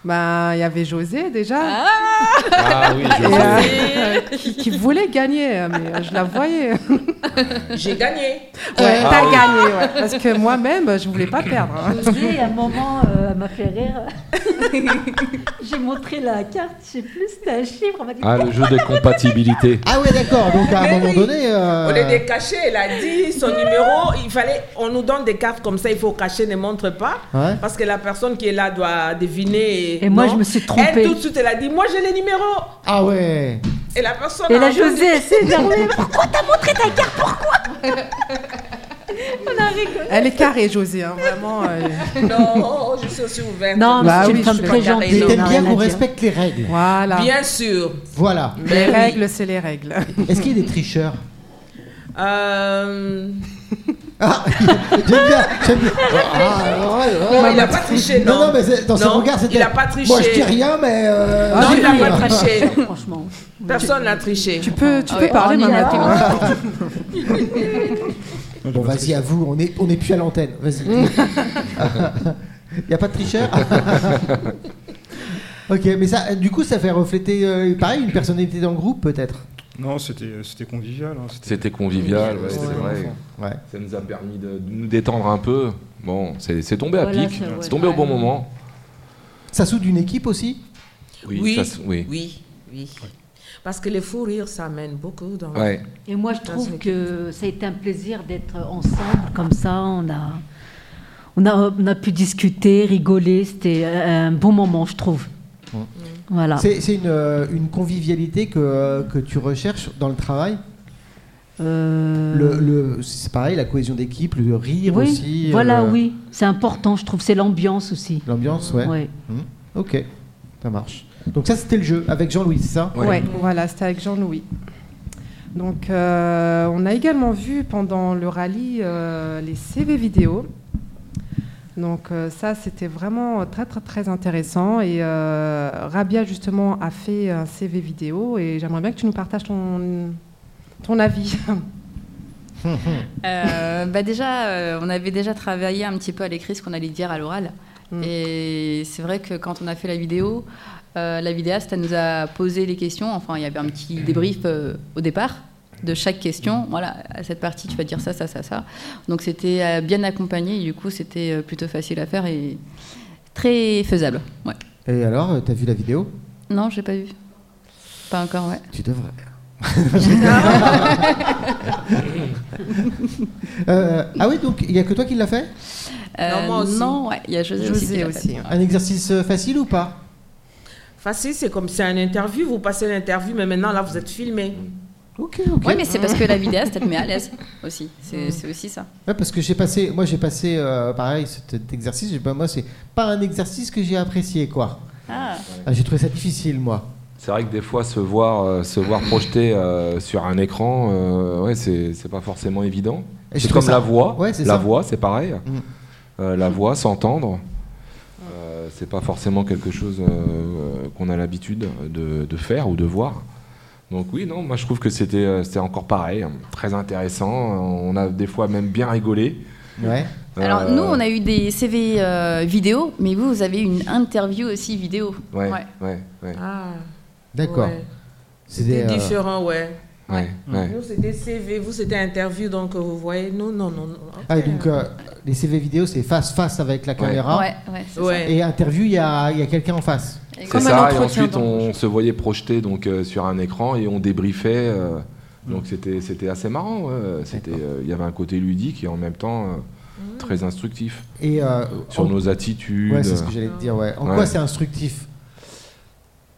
Bah, il y avait José déjà,
Ah oui, je
et,
sais.
euh, qui, qui voulait gagner, euh, mais euh, je la voyais. Ouais,
J'ai gagné.
t'as Euh, gagné, ouais. Parce que moi-même, je voulais pas perdre. hein.
José, à un moment, euh, elle m'a fait rire. J'ai montré la carte, je sais plus, c'était un chiffre. Elle m'a dit
Ah, le jeu des compatibilités.
Ah ouais, d'accord. Donc à un
Mais
moment
oui.
donné. euh,
On était caché, elle a dit son numéro. Il fallait, on nous donne des cartes comme ça, il faut cacher, ne montre pas.
Ouais.
Parce que la personne qui est là doit deviner.
Et moi,
non.
je me suis trompée.
Elle, tout de suite, elle a dit Moi, j'ai les numéros.
Ah ouais.
Et la personne.
Et
a
la
entendu.
José, elle s'est énervée.
Elle est carrée, José, hein, vraiment. euh,
Non, je suis aussi ouverte.
Non,
Bah
mais c'est
oui,
une femme
je suis
très
pas carré,
gentille.
non,
Mais
on
t'aimes
a
bien
rien à
qu'on
dire.
respecte les règles.
Voilà.
Bien sûr.
Voilà.
Les
Mais oui.
règles, c'est les règles.
Est-ce qu'il y a des tricheurs
Euh,
Ah, j'aime bien, j'aime bien. Ah, ouais, ouais,
Non,
ouais.
il n'a pas triché, non.
Non, non, mais c'est- dans
Non,
son regard, c'était.
Il n'a pas triché.
Moi, je dis rien, mais. euh,
Non,
j'ai
il n'a
vu,
pas
hein.
triché.
Franchement.
Personne n'a triché.
Tu peux, tu
Ah
peux
ouais,
parler
on y
maintenant.
a-
Théo.
Bon,
Non, j'ai pas
vas-y, à vous, on est, on est plus à l'antenne. Vas-y. Il a pas de tricheur Ok, mais ça, du coup, ça fait refléter, euh, pareil, une personnalité dans le groupe, peut-être
Non, c'était c'était convivial. hein,
C'était convivial, ouais,
c'était
c'est
vraiment
vrai.
fun.
Ouais.
Ça nous a permis de, de nous détendre un peu. Bon, c'est c'est tombé à
Voilà,
pic.
ça, ouais.
C'est tombé au bon moment.
Ça soude une équipe aussi
Oui.
ça se- oui.
Oui, oui. Parce que les fous rires, ça amène beaucoup dans.
Ouais.
Et moi, je trouve que ça a été un plaisir d'être ensemble comme ça. On a, on a, on a pu discuter, rigoler. C'était un bon moment, je trouve.
Mm.
Voilà.
C'est c'est une, euh, une convivialité que, euh, que tu recherches dans le travail
Euh,
le, le- C'est pareil, la cohésion d'équipe, le rire
oui,
aussi euh,
voilà, oui. C'est important, je trouve. C'est l'ambiance aussi.
L'ambiance, ouais.
Ouais.
Ok, ça marche. Donc ça, c'était le jeu avec Jean-Louis, c'est ça
Ouais. voilà, c'était avec Jean-Louis. Donc, euh, on a également vu pendant le rallye euh, les CV vidéo. Donc, euh, ça, c'était vraiment très, très, très intéressant. Et euh, Rabia, justement, a fait un CV vidéo. Et j'aimerais bien que tu nous partages ton, ton avis.
Euh, bah déjà, euh, on avait déjà travaillé un petit peu à l'écrit ce qu'on allait dire à l'oral.
Mm.
Et c'est vrai que quand on a fait la vidéo, euh, la vidéaste, elle nous a posé les questions. Enfin, il y avait un petit débrief euh, au départ de chaque question. Voilà, à cette partie, tu vas dire ça, ça, ça, ça. Donc c'était euh, bien accompagné. Et du coup, c'était euh, plutôt facile à faire et très faisable. Ouais.
Et alors, euh, t'as vu la vidéo
Non, j'ai pas vu. Pas encore, ouais.
Tu devrais. Euh, ah oui, donc il n'y a que toi qui l'as fait
Non, moi aussi.
Euh, non, ouais, il y a José, aussi. qui
José
l'a fait.
aussi. hein.
Un exercice euh, facile ou pas
Facile, c'est comme c'est une interview. Vous passez l'interview, mais maintenant là, vous êtes filmé.
Ok, ok.
Oui, mais c'est parce que la vidéaste, elle te met à l'aise aussi. C'est c'est aussi ça.
Ouais, parce que j'ai passé, moi j'ai passé euh, pareil cet exercice. j'ai pas- moi c'est pas un exercice que j'ai apprécié quoi.
Ah.
Ah, j'ai trouvé ça difficile moi.
C'est vrai que des fois, se voir, euh, se voir projeté euh, sur un écran, euh, ouais, c'est c'est pas forcément évident.
Et je
C'est
trouve
comme
ça-
la voix.
Ouais, c'est
la
ça.
voix, c'est pareil.
Mm.
Euh, la voix, s'entendre, euh, c'est pas forcément quelque chose euh, qu'on a l'habitude de, de faire ou de voir. Donc oui, non, moi je trouve que c'était euh, c'était encore pareil, hein, très intéressant. On a des fois même bien rigolé.
Ouais.
Alors,
Euh,
nous, on a eu des CV euh, vidéo, mais vous, vous avez une interview aussi vidéo.
Euh, Ouais,
Ouais.
ouais, ouais,
Ah,
D'accord.
ouais.
C'est
C'était
des, euh,
différent, ouais.
ouais, ouais.
Nous, c'était CV, vous, c'était interview, donc euh, vous voyez, nous, non, non, non.
Ah, et donc euh, les CV vidéo c'est face face avec la caméra
Ah.
Ouais, ouais. c'est
Ouais.
et interview il y a, il y a quelqu'un en face.
ça. Et
C'est
comme un
ça, et
entretien
ensuite
d'embauche.
on se voyait projeté donc, euh, sur un écran et on débriefait. euh, donc c'était c'était assez marrant. ouais. C'était, euh, Il y avait un côté ludique et en même temps euh,
Mmh.
très instructif
Et euh,
sur
en-
nos attitudes.
ouais, c'est ce que j'allais te dire. Ouais. En
Ouais.
quoi c'est instructif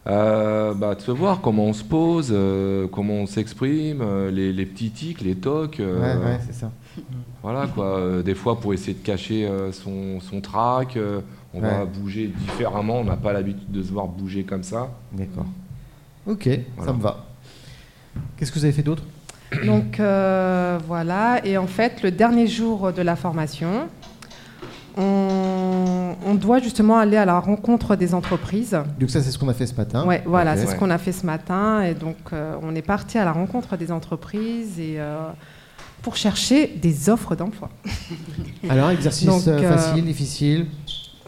Euh, bah, de se voir comment on se pose, euh, comment on s'exprime, euh, les, les petits tics, les tocs. euh,
Ouais, ouais, c'est ça.
Voilà quoi. Euh, des fois, pour essayer de cacher euh, son, son trac, euh, on va
Ouais.
bouger différemment. On n'a pas l'habitude de se voir bouger comme ça.
D'accord. Ok,
Voilà.
ça me va. Qu'est-ce que vous avez fait d'autre
Donc euh, voilà, et en fait, le dernier jour de la formation, on, on doit justement aller à la rencontre des entreprises.
Donc ça c'est ce qu'on a fait ce matin.
ouais, voilà,
Hein ok.
c'est
Ouais.
ce qu'on a fait ce matin, et donc euh, on est parti à la rencontre des entreprises et euh, pour chercher des offres d'emploi.
Alors exercice
Donc,
euh,
euh,
facile, difficile.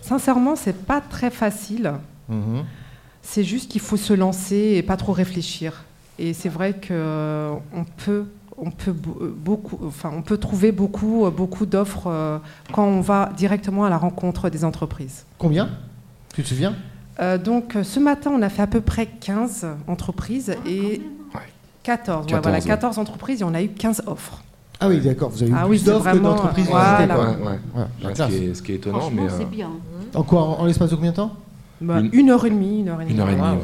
Sincèrement, c'est pas très facile.
Mhm.
C'est juste qu'il faut se lancer et pas trop réfléchir. Et c'est vrai que euh, on peut, on peut bo- euh, beaucoup, enfin, on peut trouver beaucoup, euh, beaucoup d'offres euh, quand on va directement à la rencontre des entreprises.
Combien Tu te souviens
Euh, donc, euh, ce matin, on a fait à peu près 15 entreprises et 14, ouais,
14,
voilà,
ouais.
14 entreprises et on a eu 15 offres.
Ah oui, d'accord, vous avez eu
Ah oui,
plus
c'est
d'offres que
vraiment,
d'entreprises
euh,
visitées,
voilà.
quoi. Ah,
Ouais, ouais.
Ouais, la
ce,
classe.
qui est, ce qui est étonnant, mais
Franchement,
euh,
c'est bien.
En quoi En, en l'espace de combien de temps
Bah,
Une-
une... heure et demie, une heure et demie.
une heure et demie.
Wow.
ouais.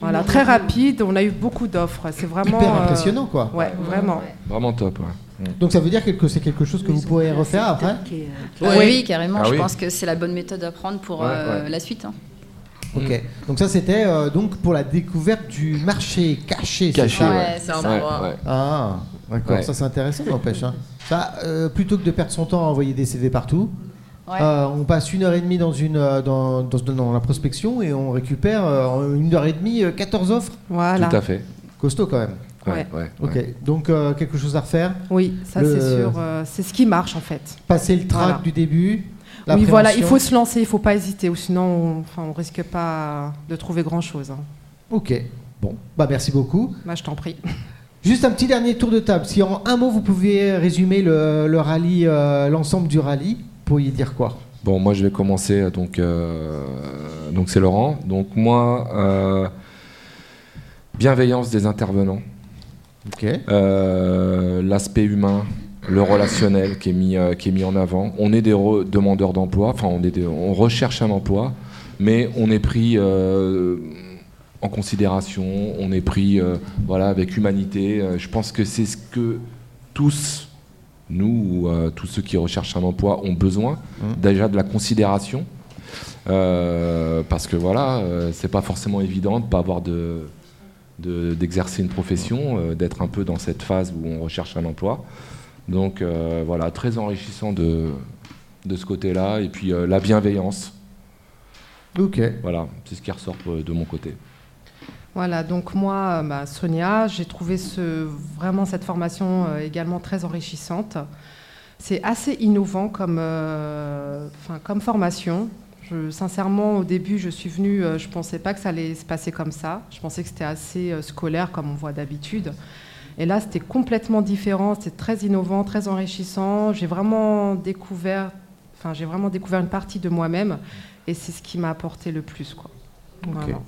Voilà, très rapide, on a eu beaucoup d'offres. C'est vraiment
Hyper
euh,
impressionnant, quoi.
Ouais, vraiment.
Vraiment top. ouais.
Donc ça veut dire que c'est quelque chose que vous pourrez refaire après
euh.
Oui,
Ouais.
oui, carrément.
Ah
je
oui.
pense que c'est la bonne méthode à prendre pour
Ouais,
euh,
ouais.
la suite. hein.
Ok. Donc ça, c'était euh, donc pour la découverte du marché caché. c'est
Caché,
ça
ouais.
C'est un
ça.
Ouais,
endroit.
ouais.
Ah, d'accord.
Ouais.
Ça, c'est intéressant, n'empêche. hein. Ça, euh, plutôt que de perdre son temps à envoyer des CV partout,
Ouais.
euh, on passe une heure et demie dans, une, euh, dans, dans, dans la prospection et on récupère euh, en une heure et demie euh, 14 offres.
Voilà.
Tout à fait.
Costaud quand même.
Ouais,
Ouais.
ouais,
Ok.
ouais.
Donc euh, quelque chose à refaire.
Oui, ça
Le-
c'est sûr. euh, c'est ce qui marche en fait.
Passer le track
Voilà.
du début. la
Oui, voilà, il
prévention.
faut se lancer, il faut pas hésiter, ou sinon on, enfin, on risque pas de trouver grand chose.
Ok. Bon. Bah merci beaucoup.
Moi, je t'en prie.
Juste un petit dernier tour de table. Si en un mot vous pouviez résumer le, le rallye, euh, l'ensemble du rallye, vous pourriez dire quoi
Bon, moi je vais commencer. euh, Donc, euh, donc c'est Laurent. Donc moi, euh, bienveillance des intervenants,
Ok.
euh, l'aspect humain, le relationnel qui est mis euh, qui est mis en avant. On est des re- demandeurs d'emploi. Enfin, on est des- on recherche un emploi, mais on est pris. euh, en considération, on est pris euh, voilà, avec humanité. Euh, je pense que c'est ce que tous, nous, ou, euh, tous ceux qui recherchent un emploi, ont besoin. Déjà de la considération. Euh, parce que voilà, euh, c'est pas forcément évident de pas avoir de de- d'exercer une profession, euh, d'être un peu dans cette phase où on recherche un emploi. Donc euh, voilà, très enrichissant de, de ce côté-là. Et puis euh, la bienveillance,
Ok.
voilà, c'est ce qui ressort euh, de mon côté.
Voilà, donc moi, euh, bah, Sonia, j'ai trouvé ce, vraiment cette formation euh, également très enrichissante. C'est assez innovant comme, euh, enfin, comme formation. Je- sincèrement, au début, je suis venue, euh, je ne pensais pas que ça allait se passer comme ça. Je pensais que c'était assez euh, scolaire, comme on voit d'habitude. Et là, c'était complètement différent, c'était très innovant, très enrichissant. J'ai vraiment découvert, enfin, j'ai vraiment découvert une partie de moi-même, et c'est ce qui m'a apporté le plus, quoi. Vraiment.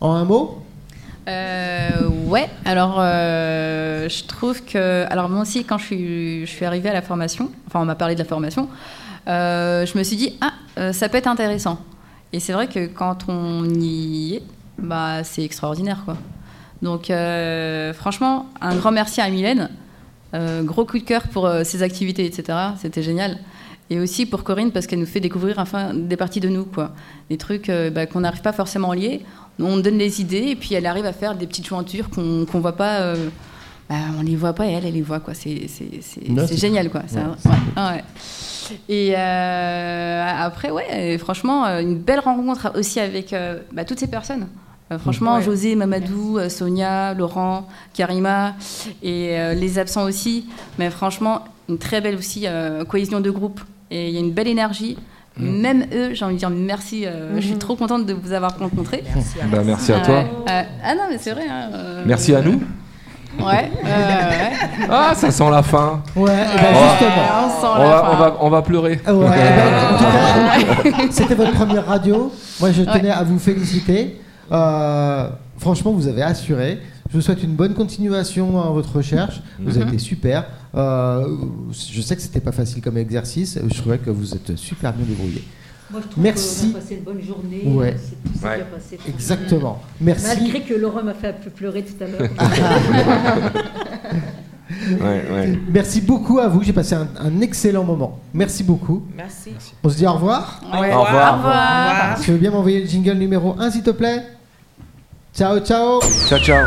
En un mot
Euh, ouais, alors euh, je trouve que. Alors moi aussi, quand je suis, je suis arrivée à la formation, enfin on m'a parlé de la formation, euh, je me suis dit, ah, euh, ça peut être intéressant. Et c'est vrai que quand on y est, bah, c'est extraordinaire quoi. Donc, euh, franchement, un grand merci à Mylène. Euh, gros coup de cœur pour euh, ses activités, etc. C'était génial. Et aussi pour Corinne, parce qu'elle nous fait découvrir enfin, des parties de nous, quoi. Des trucs euh, bah, qu'on n'arrive pas forcément à lier. On donne les idées, et puis elle arrive à faire des petites jointures qu'on qu'on voit pas. euh, bah, on les voit pas, et elle, elle les voit, quoi. C'est c'est- c'est-
Non,
c'est
c'est-
génial, quoi. Ça-
Ouais.
ouais, ah ouais. Et euh, après, ouais, franchement, euh, une belle rencontre aussi avec euh, bah, toutes ces personnes. Euh, franchement,
Ouais.
José, Mamadou, euh, Sonia, Laurent, Karima, et euh, les absents aussi. Mais franchement, une très belle aussi euh, cohésion de groupe. Et il y a une belle énergie.
Mm.
Même eux, j'ai envie de dire merci. euh, Je suis trop contente de vous avoir rencontrés.
Merci à
Bah, merci à
Ouais.
toi.
Euh, ah non, mais c'est vrai. hein, euh,
Merci à nous.
Ouais. euh, ouais.
Ah, ça sent la fin.
Ouais, eh ben,
euh,
justement.
on sent
On
la
va,
fin.
on va, on va pleurer.
Ouais, ben, en tout cas, c'était votre première radio. Moi, je tenais à vous féliciter. Euh, franchement, vous avez assuré. Je vous souhaite une bonne continuation dans votre recherche. Vous
Mhm.
avez été super. Euh, je sais que c'était pas facile comme exercice. Je trouvais que vous êtes super bien débrouillé.
Moi, je trouve
Merci.
qu'on a passé une bonne journée.
Ouais.
c'est- Tout s'est
Ouais.
bien passé. franchement.
Exactement. Merci.
Malgré que Laurent m'a fait un peu pleurer tout à l'heure.
Ouais, ouais.
Merci beaucoup à vous. J'ai passé un, un excellent moment. Merci beaucoup.
Merci.
On se dit au revoir.
Au revoir.
Au revoir.
Tu veux bien m'envoyer le jingle numéro 1, s'il te plaît Ciao, ciao
Ciao, ciao.